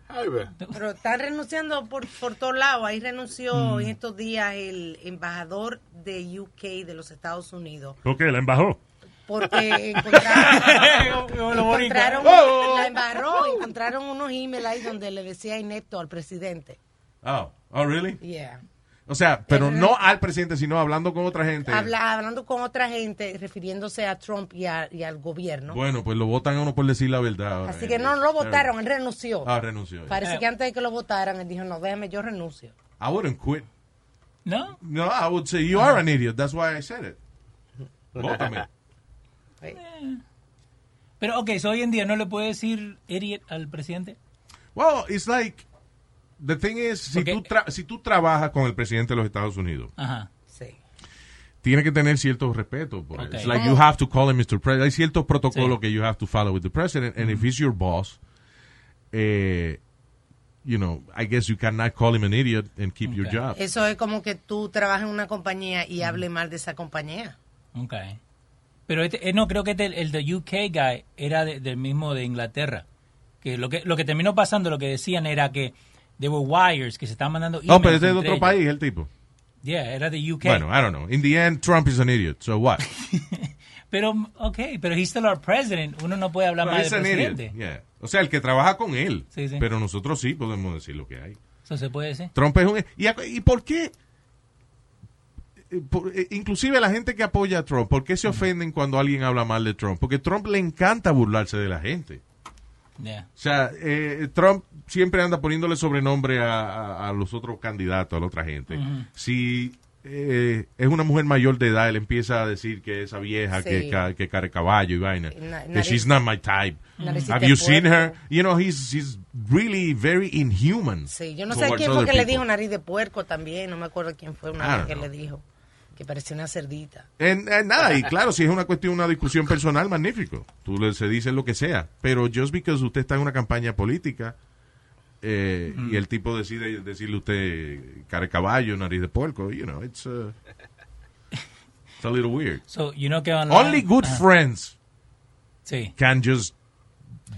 Speaker 8: Harvard.
Speaker 5: Pero están renunciando por, por todos lados. Ahí renunció
Speaker 8: Mm.
Speaker 5: en estos días el embajador de UK de los Estados Unidos.
Speaker 8: ¿Por qué? ¿La embajó?
Speaker 5: Porque encontraron,
Speaker 4: Como los boricuas.
Speaker 5: encontraron-
Speaker 4: Oh.
Speaker 5: la embarró, encontraron unos emails ahí donde le decía inepto al presidente.
Speaker 3: oh oh really
Speaker 5: Yeah.
Speaker 3: o sea pero no al presidente sino hablando con otra gente
Speaker 5: Habla- hablando con otra gente, refiriéndose a Trump y, a- y al gobierno.
Speaker 3: bueno pues lo votan a uno por decir la verdad ahora.
Speaker 5: Así que no lo
Speaker 3: eh,
Speaker 5: votaron, él renunció.
Speaker 3: ah renunció
Speaker 5: Parece que antes de que lo votaran, él dijo, no, déjame, yo renuncio.
Speaker 3: I wouldn't quit
Speaker 4: No,
Speaker 3: no I would say you are an idiot that's why I said it
Speaker 4: [laughs]
Speaker 3: Vótame.
Speaker 4: Eh. pero ok, so hoy en día no le puede decir idiot al presidente.
Speaker 3: well it's like the thing is si
Speaker 4: Porque-
Speaker 3: tú tra- si tú trabajas con el presidente de los Estados Unidos
Speaker 4: Ajá.
Speaker 5: Sí.
Speaker 3: tiene que tener cierto respeto. Por él.
Speaker 4: Ok.
Speaker 3: It's like you have to call him Mr. President. Hay ciertos protocolos que you have to follow with the president. And if
Speaker 4: Mm-hmm.
Speaker 3: he's your boss, eh, you know, I guess you cannot call him an idiot and keep your job. Mm.
Speaker 5: Eso es como que tú trabajas en una compañía y hable mal de esa compañía.
Speaker 4: Ok. Pero este, eh, no, creo que este, el, el de UK guy era de- del mismo de Inglaterra. Que lo, que lo que terminó pasando, lo que decían era que there were wires que se estaban mandando.
Speaker 3: No, pero ese
Speaker 4: emails
Speaker 3: es de
Speaker 4: entre
Speaker 3: otro
Speaker 4: ellos.
Speaker 3: país, el tipo.
Speaker 4: Yeah, era de UK.
Speaker 3: Bueno, I don't know. In the end, Trump is an idiot. So what?
Speaker 4: Pero, ok, pero he's still our president. Uno no puede hablar
Speaker 3: No,
Speaker 4: mal
Speaker 3: he's
Speaker 4: del
Speaker 3: an
Speaker 4: presidente.
Speaker 3: idiot. Pues Yeah. O sea, el que trabaja con él.
Speaker 4: Sí, sí.
Speaker 3: Pero nosotros sí podemos decir lo que hay.
Speaker 4: Eso se puede decir.
Speaker 3: Trump es un... ¿Y, a- y por qué? Eh, por- eh, inclusive la gente que apoya a Trump, ¿por qué se ofenden cuando alguien habla mal de Trump? Porque Trump le encanta burlarse de la gente.
Speaker 4: Yeah.
Speaker 3: O sea, eh, Trump siempre anda poniéndole sobrenombre a, a- a los otros candidatos, a la otra gente.
Speaker 4: Ujú.
Speaker 3: Si eh, es una mujer mayor de edad, él empieza a decir que esa vieja
Speaker 5: Sí.
Speaker 3: que, ca- que care caballo y vaina,
Speaker 5: Na-
Speaker 3: que
Speaker 5: nariz-
Speaker 3: she's not my type.
Speaker 5: Naricita
Speaker 3: Have you
Speaker 5: de
Speaker 3: seen her?
Speaker 5: puerco.
Speaker 3: You know, he's, he's really very inhuman.
Speaker 5: Sí, yo no sé
Speaker 3: towards
Speaker 5: quién fue
Speaker 3: other
Speaker 5: que le
Speaker 3: people.
Speaker 5: dijo nariz de puerco también, no me acuerdo quién fue
Speaker 3: I
Speaker 5: una vez
Speaker 3: don't
Speaker 5: que
Speaker 3: know.
Speaker 5: le dijo que parecía una cerdita.
Speaker 3: En, en nada, y claro, si es una cuestión, una discusión personal, magnífico. Tú le se dice lo que sea. Pero just because usted está en una campaña política eh, y el tipo decide decirle a usted cara de caballo, nariz de puerco, you know, it's, uh, it's a little weird.
Speaker 4: So, you know que online-
Speaker 3: Only good
Speaker 4: Ajá.
Speaker 3: friends
Speaker 4: Sí.
Speaker 3: can just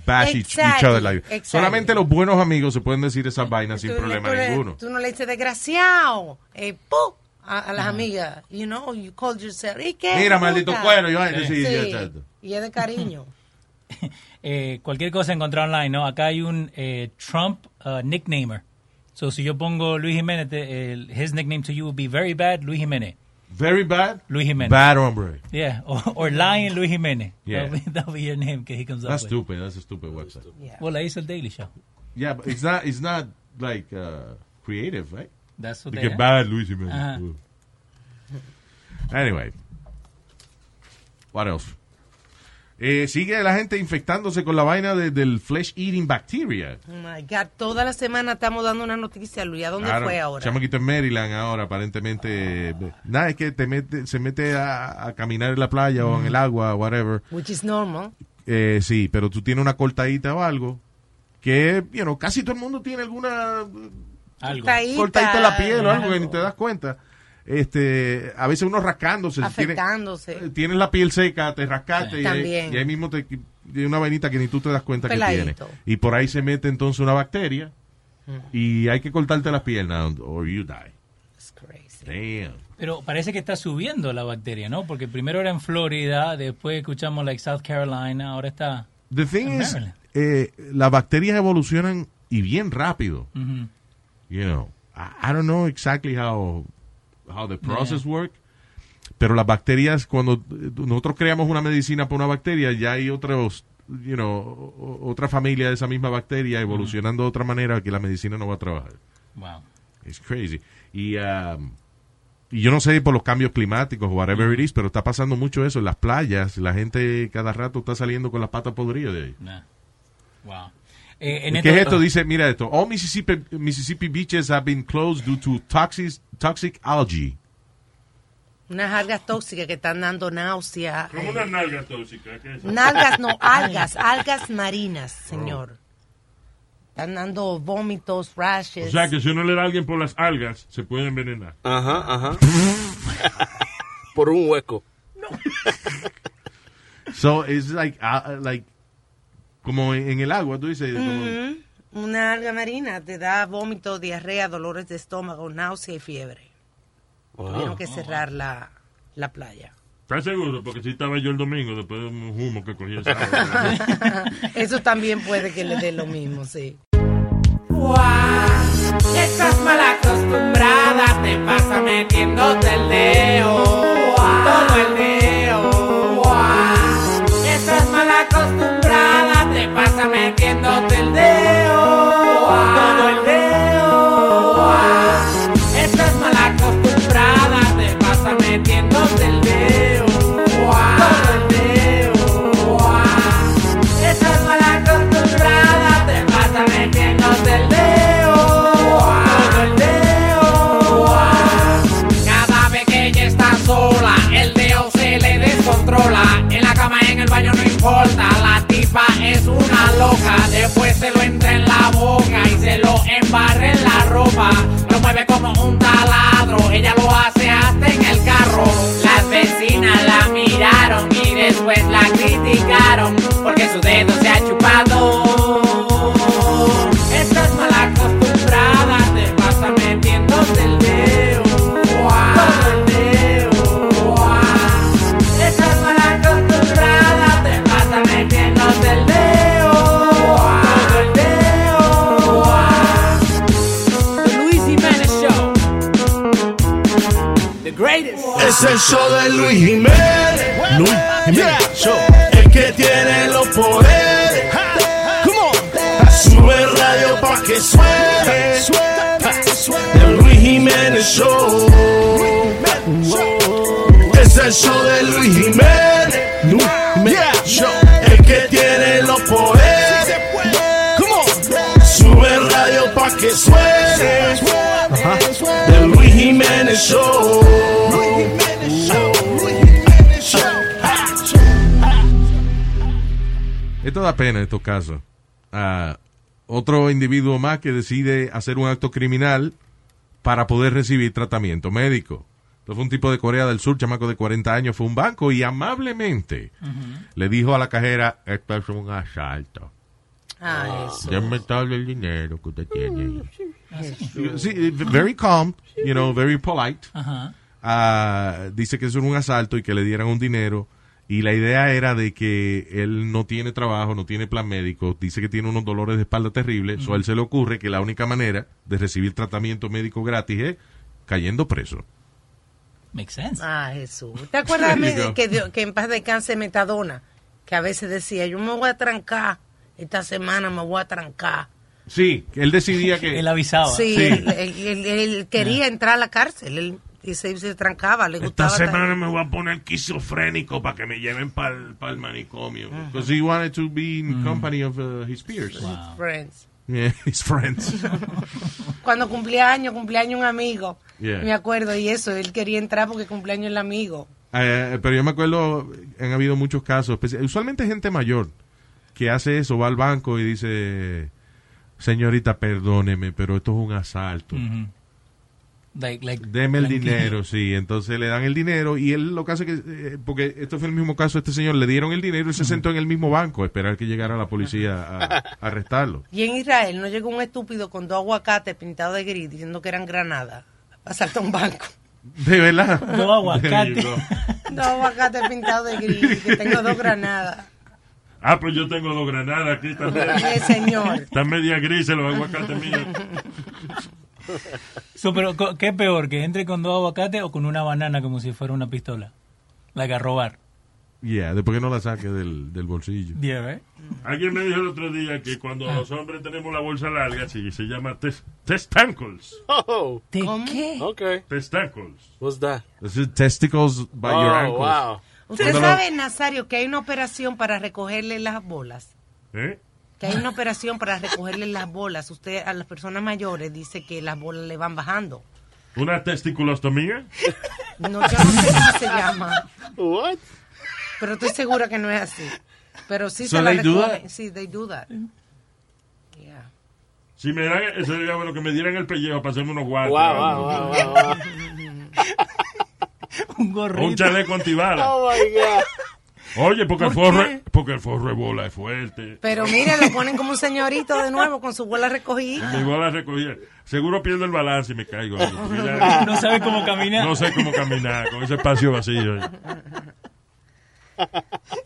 Speaker 3: bash each- each
Speaker 5: Exactly,
Speaker 3: other like that.
Speaker 5: exactly.
Speaker 3: Solamente los buenos amigos se pueden decir esas vainas sin
Speaker 5: Tú-
Speaker 3: problema
Speaker 5: tú le-
Speaker 3: ninguno.
Speaker 5: Tú no le dices desgraciado, eh, pu, a, a las amigas, you know, you call yourself. ¿Y qué?
Speaker 3: Mira,
Speaker 5: puta?
Speaker 3: maldito cuero, yo-
Speaker 5: Sí.
Speaker 3: sí, yo- exacto.
Speaker 5: Y es
Speaker 3: [laughs]
Speaker 5: de cariño.
Speaker 4: Eh, cualquier cosa encontrar online, ¿no? Acá hay un eh, Trump uh, nicknamer. So, si yo pongo Luis Jiménez, te- el- his nickname to you would be Very Bad Luis Jiménez.
Speaker 3: Very bad.
Speaker 4: Luis Jiménez.
Speaker 3: Bad hombre.
Speaker 4: Yeah, [laughs] or, or Lion Luis Jiménez.
Speaker 3: Yeah.
Speaker 4: That'll, be, [laughs] that'll be your name que he comes
Speaker 3: That's
Speaker 4: up with.
Speaker 3: stupid. That's a stupid website.
Speaker 4: Well, la hizo el Daily Show.
Speaker 3: Yeah, but it's not it's not like uh, creative, right?
Speaker 4: That's what
Speaker 3: like
Speaker 4: they
Speaker 3: a
Speaker 4: have.
Speaker 3: bad Luis Jimenez.
Speaker 4: Ajá.
Speaker 3: Ooh. Anyway, what else? Eh, sigue la gente infectándose con la vaina de- del flesh eating bacteria.
Speaker 5: Oh my God, toda la semana estamos dando una noticia, Luis. ¿A dónde
Speaker 3: Claro,
Speaker 5: fue ahora?
Speaker 3: Chamaquito en Maryland ahora, aparentemente. eh, Nada, es que te mete, se mete a, a caminar en la playa o en el agua, whatever.
Speaker 5: Which is normal.
Speaker 3: Eh, sí, pero tú tienes una cortadita o algo que, you know, casi todo el mundo tiene alguna eh?
Speaker 4: Algo.
Speaker 3: cortadita la piel o algo que ni te das cuenta. Este, a veces uno rascándose. si tiene-
Speaker 5: Afectándose.
Speaker 3: tienes la piel seca, te rascaste y, ahí,
Speaker 5: También.
Speaker 3: y ahí mismo te hay una vainita que ni tú te das cuenta que
Speaker 5: Peladito. Mm.
Speaker 3: tiene. Y por ahí se mete entonces una bacteria y hay que cortarte las piernas or you die. Damn.
Speaker 4: Pero parece que está subiendo la bacteria, ¿no? Porque primero era en Florida, después escuchamos like South Carolina, ahora está...
Speaker 3: The thing
Speaker 4: En
Speaker 3: is,
Speaker 4: Maryland.
Speaker 3: eh, las bacterias evolucionan y bien rápido.
Speaker 4: Ujú.
Speaker 3: you know, I, I don't know exactly how how the process work, pero las bacterias cuando eh, nosotros creamos una medicina para una bacteria, ya hay otros, you know, o- o- otra familia de esa misma bacteria evolucionando de otra manera que la medicina no va a trabajar.
Speaker 4: Wow.
Speaker 3: It's crazy. Y um, y yo no sé por los cambios climáticos o whatever it is, pero está pasando mucho eso en las playas, la gente cada rato está saliendo con las patas podridas de ahí.
Speaker 4: Nah. Wow. Eh, en
Speaker 3: ¿Qué
Speaker 5: este
Speaker 3: es esto? Dice, mira esto. All Mississippi, Mississippi beaches have been closed due to toxic, toxic algae.
Speaker 5: Unas algas tóxicas que están dando náusea.
Speaker 8: Como
Speaker 5: eh,
Speaker 8: una nalga tóxica. ¿qué es eso?
Speaker 5: Nalgas, no, algas, algas marinas, señor. Están dando vómitos,
Speaker 8: O
Speaker 5: rashes.
Speaker 8: sea que si uno le da a alguien por las algas, se puede envenenar. [laughs]
Speaker 6: Ajá, ajá. Por un
Speaker 3: [laughs]
Speaker 6: hueco. [laughs]
Speaker 3: So, it's like, uh, like, como en, en el agua, tú dices. como-
Speaker 5: Ujú. Una alga marina te da vómitos, diarrea, dolores de estómago, náusea y fiebre. Tuvieron
Speaker 8: Oh.
Speaker 5: que cerrar la, la playa.
Speaker 8: ¿Estás seguro? Porque si estaba yo el domingo después de un humo que cogí el
Speaker 5: [laughs]
Speaker 8: sábado.
Speaker 5: Eso también puede que le dé lo mismo, sí.
Speaker 23: Estás mal acostumbrada, te pasa metiéndote el dedo. Todo el dedo. Estás mal acostumbrada, te pasa metiéndote el dedo. Todo el dedo. Estás mal acostumbrada, te pasa metiéndote el dedo. Todo el dedo. Estás mal acostumbrada, te pasa metiéndote el dedo. Todo el dedo. Cada vez que ella está sola, el dedo se le descontrola. En la cama, en el baño, no importa. La tipa es una loca. Después se lo entra en la boca y se lo embarra en la ropa. Lo mueve como un taladro. Ella lo hace hasta en el carro. Las vecinas la miraron y después la criticaron porque su dedo se ha chupado. Estás mal acostumbrada, te pasa metiéndote el dedo. Todo el dedo. Estás mal acostumbrada, te pasa metiéndote el dedo. Todo el dedo. The Luis Jiménez Show. The greatest.
Speaker 9: Es el show de Luis Jiménez. Luis Jiménez Show. El que tiene los poderes. Sube el radio pa' que suene. El Luis Jiménez Show. Jiménez Show.
Speaker 3: Esto da pena, estos casos. Ah, otro individuo más que decide hacer un acto criminal para poder recibir tratamiento médico. Entonces fue un tipo de Corea del Sur, chamaco de 40 años, fue a un banco y amablemente
Speaker 5: Mm-hmm.
Speaker 3: le dijo a la cajera, esto es un asalto.
Speaker 5: Ah, eso.
Speaker 3: Denme todo el dinero que usted tiene. Sí, [laughs] very calm, you know, very polite.
Speaker 4: Ajá.
Speaker 3: Ah, dice que eso era un asalto y que le dieran un dinero. Y la idea era de que él no tiene trabajo, no tiene plan médico, dice que tiene unos dolores de espalda terribles. O a él se le ocurre que la única manera de recibir tratamiento médico gratis es cayendo preso.
Speaker 4: Makes sense.
Speaker 5: Ah, Jesús. ¿Te acuerdas
Speaker 3: There you
Speaker 5: me-
Speaker 3: go.
Speaker 5: que, dio- que en paz descanse Metadona? Que a veces decía, yo me voy a trancar. Esta semana me voy a trancar.
Speaker 3: Sí, él decidía que.
Speaker 4: él avisaba.
Speaker 5: Sí, Él, él- él- él quería entrar a la cárcel. Él, y se, se trancaba, le
Speaker 3: Esta
Speaker 5: gustaba.
Speaker 3: semana me voy a poner quizofrénico para que me lleven para el manicomio.
Speaker 5: Ah.
Speaker 3: Because he wanted to be
Speaker 4: Mm.
Speaker 3: in company of uh, his peers.
Speaker 5: tan- Friends.
Speaker 3: Yeah, [laughs] his friends.
Speaker 5: Cuando cumplía años, cumplía años un amigo.
Speaker 3: Yeah.
Speaker 5: Me acuerdo, y eso, él quería entrar porque cumpleaños el amigo.
Speaker 3: Eh, pero yo me acuerdo, han habido muchos casos, especi- usualmente gente mayor que hace eso, va al banco y dice, señorita, perdóneme, pero esto es un asalto.
Speaker 8: Mm-hmm.
Speaker 4: Ujú. Like- like- [laughs]
Speaker 3: Deme el
Speaker 4: tranquilo.
Speaker 3: dinero, sí. Entonces le dan el dinero y él lo que hace que, eh, porque esto fue el mismo caso, este señor le dieron el dinero y se sentó en el mismo banco a esperar que llegara la policía a, a arrestarlo.
Speaker 5: Y en Israel no llegó un estúpido con dos aguacates pintados de gris diciendo que eran granadas. Asaltó un banco.
Speaker 3: De verdad.
Speaker 4: Dos aguacates.
Speaker 3: There you go.
Speaker 5: [laughs] Dos aguacates pintados de gris, que tengo dos granadas.
Speaker 8: Ah, pues yo tengo dos granadas aquí
Speaker 5: [laughs]
Speaker 8: también.
Speaker 5: Sí, señor.
Speaker 8: Están media grises los aguacates míos.
Speaker 4: So, pero, co- ¿qué es peor? ¿Que entre con dos aguacates o con una banana como si fuera una pistola? Like
Speaker 3: [laughs]
Speaker 4: a robar.
Speaker 3: [laughs] Yeah, después que no la saque del, del bolsillo.
Speaker 4: Yeah, right?
Speaker 8: Alguien me dijo el otro día que cuando los hombres tenemos la bolsa larga, sí, se llama tes- testáculos.
Speaker 6: Oh.
Speaker 5: qué?
Speaker 6: Okay.
Speaker 8: Testáculos.
Speaker 6: What's that?
Speaker 3: This is testicles by your
Speaker 6: Oh,
Speaker 3: ankles.
Speaker 6: wow.
Speaker 5: Usted
Speaker 3: Cuando lo-
Speaker 5: sabe, Nazario, que hay una operación para recogerle las bolas.
Speaker 8: ¿Eh?
Speaker 5: Que hay una operación para recogerle las bolas. Usted a las personas mayores dice que las bolas le van bajando.
Speaker 8: ¿Una testiculostomía?
Speaker 5: No, yo no sé cómo se llama.
Speaker 6: What?
Speaker 5: Pero estoy segura que no es así. Pero sí
Speaker 8: So
Speaker 5: se la
Speaker 8: they do
Speaker 5: recogen.
Speaker 8: that?
Speaker 5: Sí, they do that. Yeah.
Speaker 8: Si me dan, eso sería bueno que me dieran el pellejo para hacerme unos guantes.
Speaker 6: Wow,
Speaker 8: o algo.
Speaker 6: wow, wow, wow, wow.
Speaker 4: Un
Speaker 8: O Un
Speaker 3: [laughs]
Speaker 8: chaleco antibalas.
Speaker 6: Oh my God.
Speaker 8: Oye, porque el
Speaker 6: ¿Por
Speaker 8: forro,
Speaker 6: qué?
Speaker 8: porque el forro de bola es fuerte.
Speaker 5: Pero mire, lo ponen como un señorito de nuevo con su bola recogida.
Speaker 8: Mi bola recogida. Seguro pierdo el balance y me caigo.
Speaker 4: [laughs] No sabe cómo caminar.
Speaker 8: No sé cómo caminar con ese espacio vacío.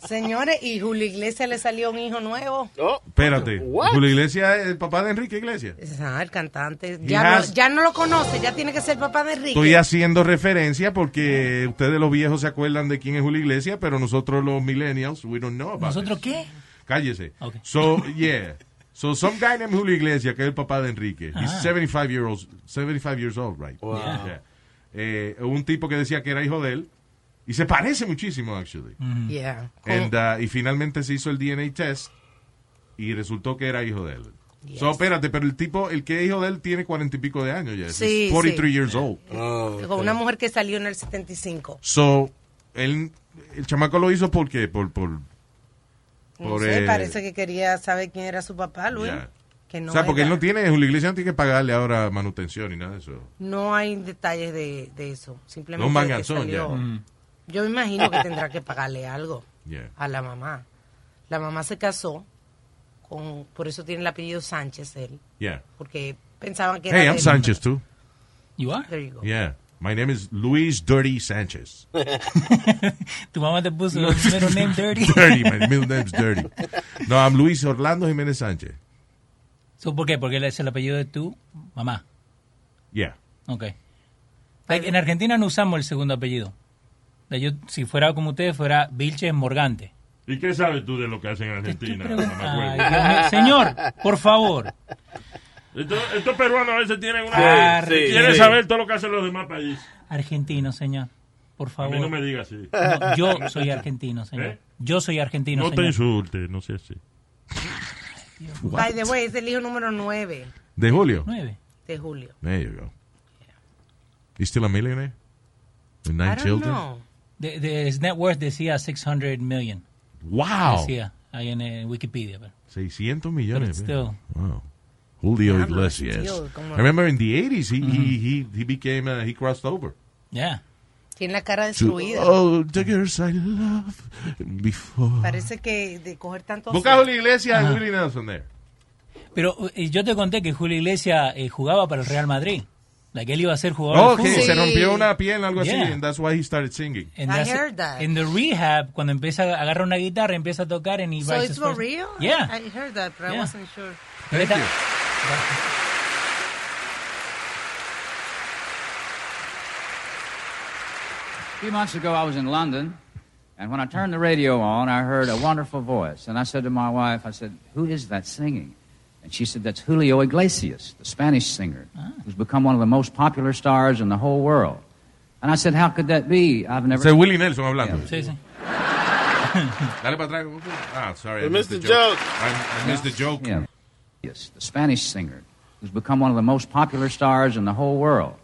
Speaker 5: Señores, y Julio Iglesias le salió un hijo nuevo.
Speaker 6: Oh.
Speaker 3: Espérate.
Speaker 5: What?
Speaker 3: Julio Iglesias es el papá de Enrique Iglesias.
Speaker 5: Ah, el cantante.
Speaker 3: He
Speaker 5: Ya no,
Speaker 3: has-
Speaker 5: ya no lo conoce, ya tiene que ser papá de Enrique.
Speaker 3: Estoy haciendo referencia porque ustedes los viejos se acuerdan de quién es Julio Iglesias, pero nosotros los millennials, we don't know about
Speaker 4: ¿Nosotros
Speaker 3: it.
Speaker 4: qué?
Speaker 3: Cállese. So, yeah. So, some guy named Julio Iglesias, que es el papá de Enrique.
Speaker 4: Ah.
Speaker 3: He's 75 years old, 75 years old right?
Speaker 6: Wow.
Speaker 3: Yeah. Eh, un tipo que decía que era hijo de él. Y se parece muchísimo, actually.
Speaker 4: Mm-hmm.
Speaker 5: Yeah.
Speaker 3: And, uh, y finalmente se hizo el DNA test y resultó que era hijo de él. So, espérate, pero el tipo, el que es hijo de él, tiene cuarenta y pico de años ya. He's
Speaker 5: Sí,
Speaker 3: 43
Speaker 5: sí.
Speaker 3: years old.
Speaker 5: Con una mujer que salió en el 75.
Speaker 3: So, él, el chamaco lo hizo porque, por, por,
Speaker 5: No
Speaker 3: por,
Speaker 5: sé,
Speaker 3: eh,
Speaker 5: parece que quería saber quién era su papá, Luis.
Speaker 3: ya.
Speaker 5: Que no,
Speaker 3: o sea, porque
Speaker 5: era.
Speaker 3: él no tiene, Julio Iglesias no tiene que pagarle ahora manutención ni nada de eso.
Speaker 5: No hay detalles de, de eso. Simplemente.
Speaker 3: No, un
Speaker 5: de que
Speaker 3: manganzón, ya.
Speaker 5: salió.
Speaker 3: Mm.
Speaker 5: Yo me imagino que tendrá que pagarle algo
Speaker 3: Yeah.
Speaker 5: a la mamá. La mamá se casó, con, por eso tiene el apellido Sánchez él.
Speaker 3: Yeah.
Speaker 5: Porque pensaban que era.
Speaker 3: Hey,
Speaker 5: de
Speaker 3: I'm
Speaker 5: él.
Speaker 3: Sanchez too.
Speaker 4: You are?
Speaker 5: There you go.
Speaker 3: Yeah. My name is Luis Dirty Sanchez.
Speaker 4: Tu mamá te puso el middle name Dirty.
Speaker 3: [laughs] Dirty, my
Speaker 4: [laughs]
Speaker 3: middle name's Dirty. No, I'm Luis Orlando Jiménez Sánchez.
Speaker 4: So, ¿Por qué? Porque él es el apellido de tu mamá.
Speaker 3: Yeah.
Speaker 4: Ok. Like, en Argentina no usamos el segundo apellido. Like, yo, si fuera como ustedes, fuera Vilches Morgante.
Speaker 8: ¿Y qué sabes tú de lo que hacen en Argentina?
Speaker 4: Ay,
Speaker 8: mamacuevo?
Speaker 4: Dios mío. Señor, por favor.
Speaker 8: Estos, estos peruanos a veces tienen una...
Speaker 4: Ah, sí,
Speaker 8: quieren
Speaker 4: sí.
Speaker 8: saber todo lo que hacen los demás países.
Speaker 4: Argentino, señor. Por
Speaker 8: A
Speaker 4: favor.
Speaker 8: mí no me digas así.
Speaker 4: No, yo soy argentino, señor.
Speaker 8: ¿Eh?
Speaker 4: Yo soy argentino,
Speaker 8: No te
Speaker 4: señor.
Speaker 8: insultes, no seas así.
Speaker 5: By the way, es el hijo número 9
Speaker 3: De Julio.
Speaker 4: Nueve.
Speaker 5: de Julio.
Speaker 3: There you go. He's still a millionaire? With nine children?
Speaker 4: De- de- his net worth decía 600 million.
Speaker 3: Wow.
Speaker 4: Decía ahí en eh, Wikipedia. pero-
Speaker 3: 600 millones.
Speaker 4: But
Speaker 3: man.
Speaker 4: still.
Speaker 3: Wow. Julio
Speaker 4: Diablo,
Speaker 3: Iglesias.
Speaker 4: tío, como-
Speaker 3: I remember in the 80s, he,
Speaker 4: Ujú.
Speaker 3: he, he, he became, uh, he crossed over.
Speaker 4: Yeah.
Speaker 5: Tiene la cara
Speaker 3: To-
Speaker 5: destruida.
Speaker 3: oh, the girls I love before.
Speaker 5: Parece que de coger tanto...
Speaker 3: Busca a Julio Iglesias
Speaker 4: Ajá.
Speaker 3: and Willie Nelson there.
Speaker 4: Pero eh, yo te conté que Julio Iglesias eh, jugaba para el Real Madrid. La que él iba a ser jugador.
Speaker 3: Oh,
Speaker 4: de
Speaker 3: que
Speaker 4: fútbol.
Speaker 3: se rompió una pierna, algo así,
Speaker 4: Yeah.
Speaker 3: and that's why he started singing.
Speaker 4: En
Speaker 5: I
Speaker 4: la-
Speaker 5: heard that.
Speaker 4: En the rehab, cuando empieza a agarrar una guitarra, empieza a tocar en
Speaker 5: So it's for real?
Speaker 4: Yeah.
Speaker 5: I heard that, but I
Speaker 4: Yeah.
Speaker 5: wasn't sure.
Speaker 3: Thank
Speaker 4: Esta-
Speaker 3: you.
Speaker 10: A few months ago, I was in London, and when I turned the radio on, I heard a wonderful voice. And I said to my wife, I said, Who is that singing? And she said, That's Julio Iglesias, the Spanish singer, who's become one of the most popular stars in the whole world. And I said, How could that be? I've never.
Speaker 3: So Willie Nelson hablando.
Speaker 4: Sí, sí.
Speaker 3: [laughs] Dale para atrás. Ah, sorry.
Speaker 10: We
Speaker 3: I missed the
Speaker 10: missed the
Speaker 3: joke.
Speaker 10: joke.
Speaker 3: I, I missed the joke.
Speaker 10: Yeah. Yes, the Spanish singer who's become one of the most popular stars in the whole world.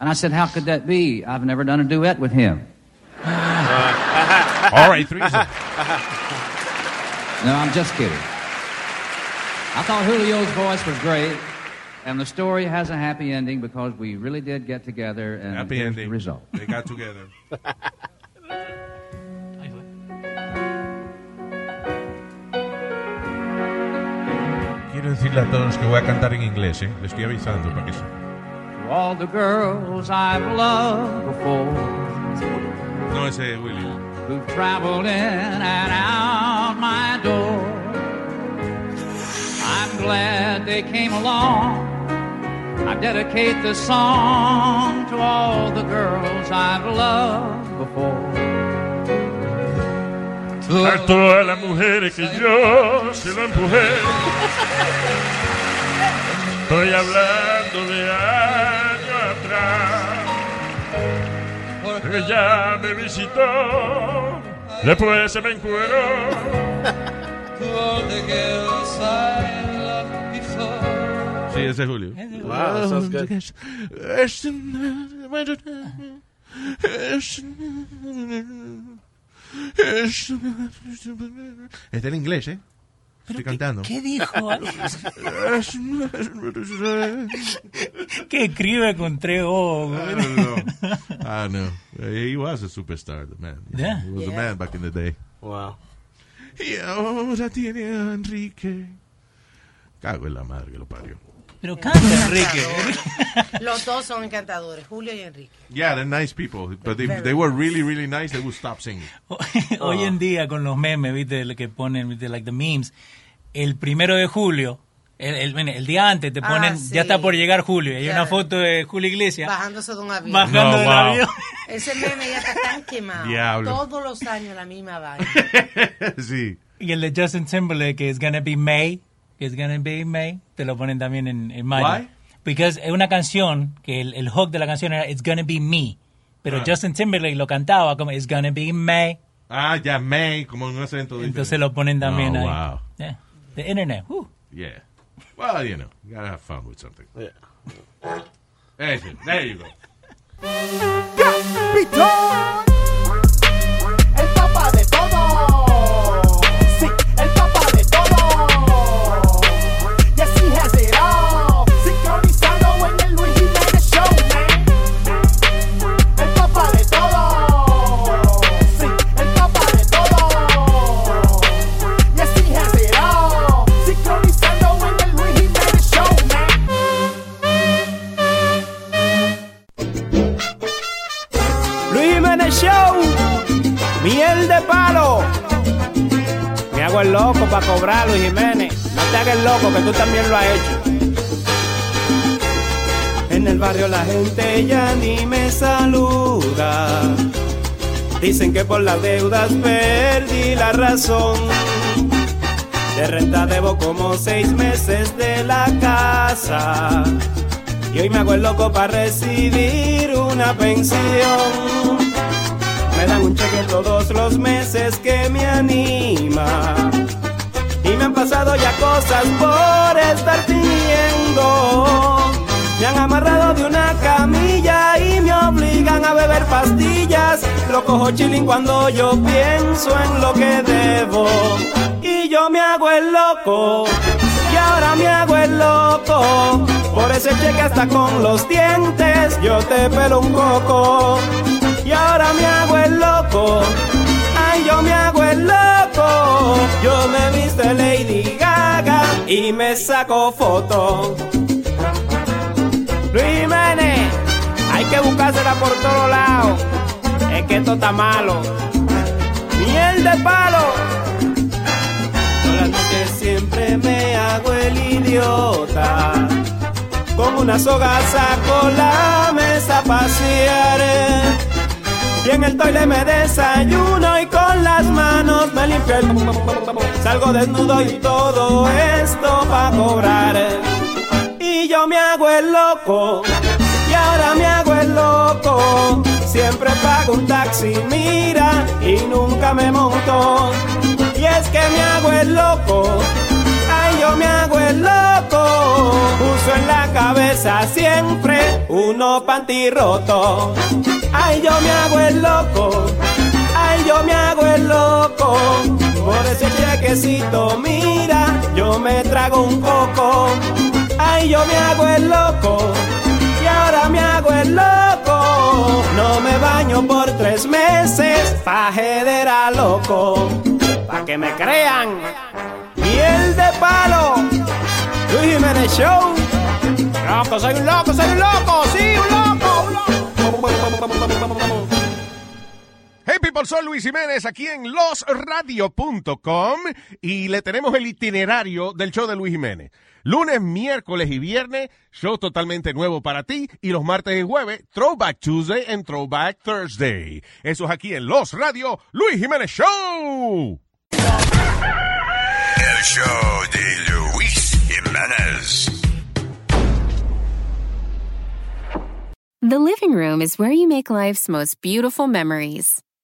Speaker 10: And I said, How could that be? I've never done a duet with him.
Speaker 3: All right, threesome.
Speaker 10: [laughs] No, I'm just kidding. I thought Julio's voice was great, and the story has a happy ending because we really did get together and
Speaker 3: Happy
Speaker 10: here's
Speaker 3: ending.
Speaker 10: the result.
Speaker 3: They got together. Quiero decirle a todos que voy a cantar en inglés, ¿eh? Les estoy avisando para que se...
Speaker 10: To all the girls I've loved before,
Speaker 3: No, ese es Willie.
Speaker 10: who've traveled in and out my door, I'm glad they came along. I dedicate this song to all the girls I've loved before.
Speaker 8: A todas las mujeres que yo se lo empujé. Estoy hablando de años atrás. Ella me visitó, después se me encueró.
Speaker 3: Sí, ese es Julio.
Speaker 6: Wow, that sounds good.
Speaker 3: Está en inglés, ¿eh? Estoy cantando.
Speaker 4: ¿Qué
Speaker 3: [laughs]
Speaker 4: dijo? [laughs] que escribe con tres O.
Speaker 3: I don't know. I know. Ah, Eh, He was a superstar, the man.
Speaker 4: Yeah.
Speaker 3: He was a
Speaker 4: Yeah.
Speaker 3: man back in the day.
Speaker 6: Wow.
Speaker 3: Y ahora tiene a Enrique. Cago en la madre que lo parió.
Speaker 4: Pero canta, Enrique.
Speaker 5: Los dos son encantadores, Julio y Enrique.
Speaker 3: [laughs] Yeah, they're nice people. But if
Speaker 5: Very
Speaker 3: they were really, really nice, they would stop singing.
Speaker 4: [laughs] Hoy en día, con los memes, ¿viste? Lo que ponen, ¿viste? Like the memes. El primero de julio, el, el- bueno, el día antes, te
Speaker 5: Ah,
Speaker 4: ponen,
Speaker 5: sí.
Speaker 4: ya está por llegar julio. Y hay
Speaker 5: Ya.
Speaker 4: una foto de Julio Iglesias.
Speaker 5: Bajándose de un avión.
Speaker 4: Bajando
Speaker 3: No,
Speaker 4: del
Speaker 3: wow.
Speaker 4: avión.
Speaker 5: Ese meme ya está tan quemado.
Speaker 3: Diablo.
Speaker 5: Todos los años la misma vaina.
Speaker 3: [laughs] sí.
Speaker 4: Y el de Justin Timberlake, que es gonna be May, que es gonna be May, te lo ponen también en, en mayo.
Speaker 3: Why?
Speaker 4: Because es una canción, que el, el hook de la canción era It's gonna be me. Pero
Speaker 3: Ah.
Speaker 4: Justin Timberlake lo cantaba como It's gonna be May.
Speaker 3: Ah, ya, May, como en un acento
Speaker 4: Entonces lo ponen también ahí.
Speaker 3: Oh, Wow.
Speaker 4: Yeah. The internet. uh. woo.
Speaker 3: Yeah. Well, you know, you gotta have fun with something. Yeah. There you go.
Speaker 7: Capitán. El papá de todo. Sí, el papá de todo. Yes, he has it all. Sincronizado en el Luis Jiménez Show, man. El papá de todo. Sí, el papá de todo. Yes, he has it all. Sincronizado en el Luis Jiménez Show,
Speaker 1: Luis Jiménez Show, miel de palo. Me hago el loco para cobrar, Luis Jiménez. No te hagas el loco, que tú también lo has hecho. En el barrio la gente ya ni me saluda. Dicen que por las deudas perdí la razón. De renta debo como seis meses de la casa. Y hoy me hago el loco para recibir una pensión. Me dan un cheque todos los meses que me anima. Y me han pasado ya cosas por estar fingiendo. Me han amarrado de una camilla y me obligan a beber pastillas. Lo cojo chilling cuando yo pienso en lo que debo. Y yo me hago el loco. Y ahora me hago el loco. Por ese cheque hasta con los dientes yo te pelo un coco. Y ahora me hago el loco. Ay, yo me hago el loco. Yo me viste Lady Gaga y me saco foto. Luis Jiménez, hay que buscársela por todos lados. Es que esto está malo. Miel de palo. Por la noche siempre me hago el idiota. Con una soga saco la mesa a pasear. Y en el toile me desayuno y con las manos me limpio el... Salgo desnudo y todo esto pa' cobrar. Y yo me hago el loco, y ahora me hago el loco. Siempre pago un taxi, mira, y nunca me monto. Y es que me hago el loco, ay, yo me hago el loco. Uso en la cabeza siempre uno pantirroto. Ay, yo me hago el loco, ay, yo me hago el loco. Por ese chequecito, mira, yo me trago un coco. Ay, yo me hago el loco, y ahora me hago el loco. No me baño por tres meses, pajedera loco. Pa' que me crean, miel de palo, Luis Jiménez Show. Loco, soy un loco, soy un loco, sí, un loco, un loco.
Speaker 3: Hey people, soy Luis Jiménez aquí en losradio.com y le tenemos el itinerario del show de Luis Jiménez. Lunes, miércoles y viernes, show totalmente nuevo para ti y los martes y jueves, Throwback Tuesday and Throwback Thursday. Eso es aquí en Los Radio, Luis Jiménez Show.
Speaker 11: El show de Luis Jiménez.
Speaker 2: The living room is where you make life's most beautiful memories.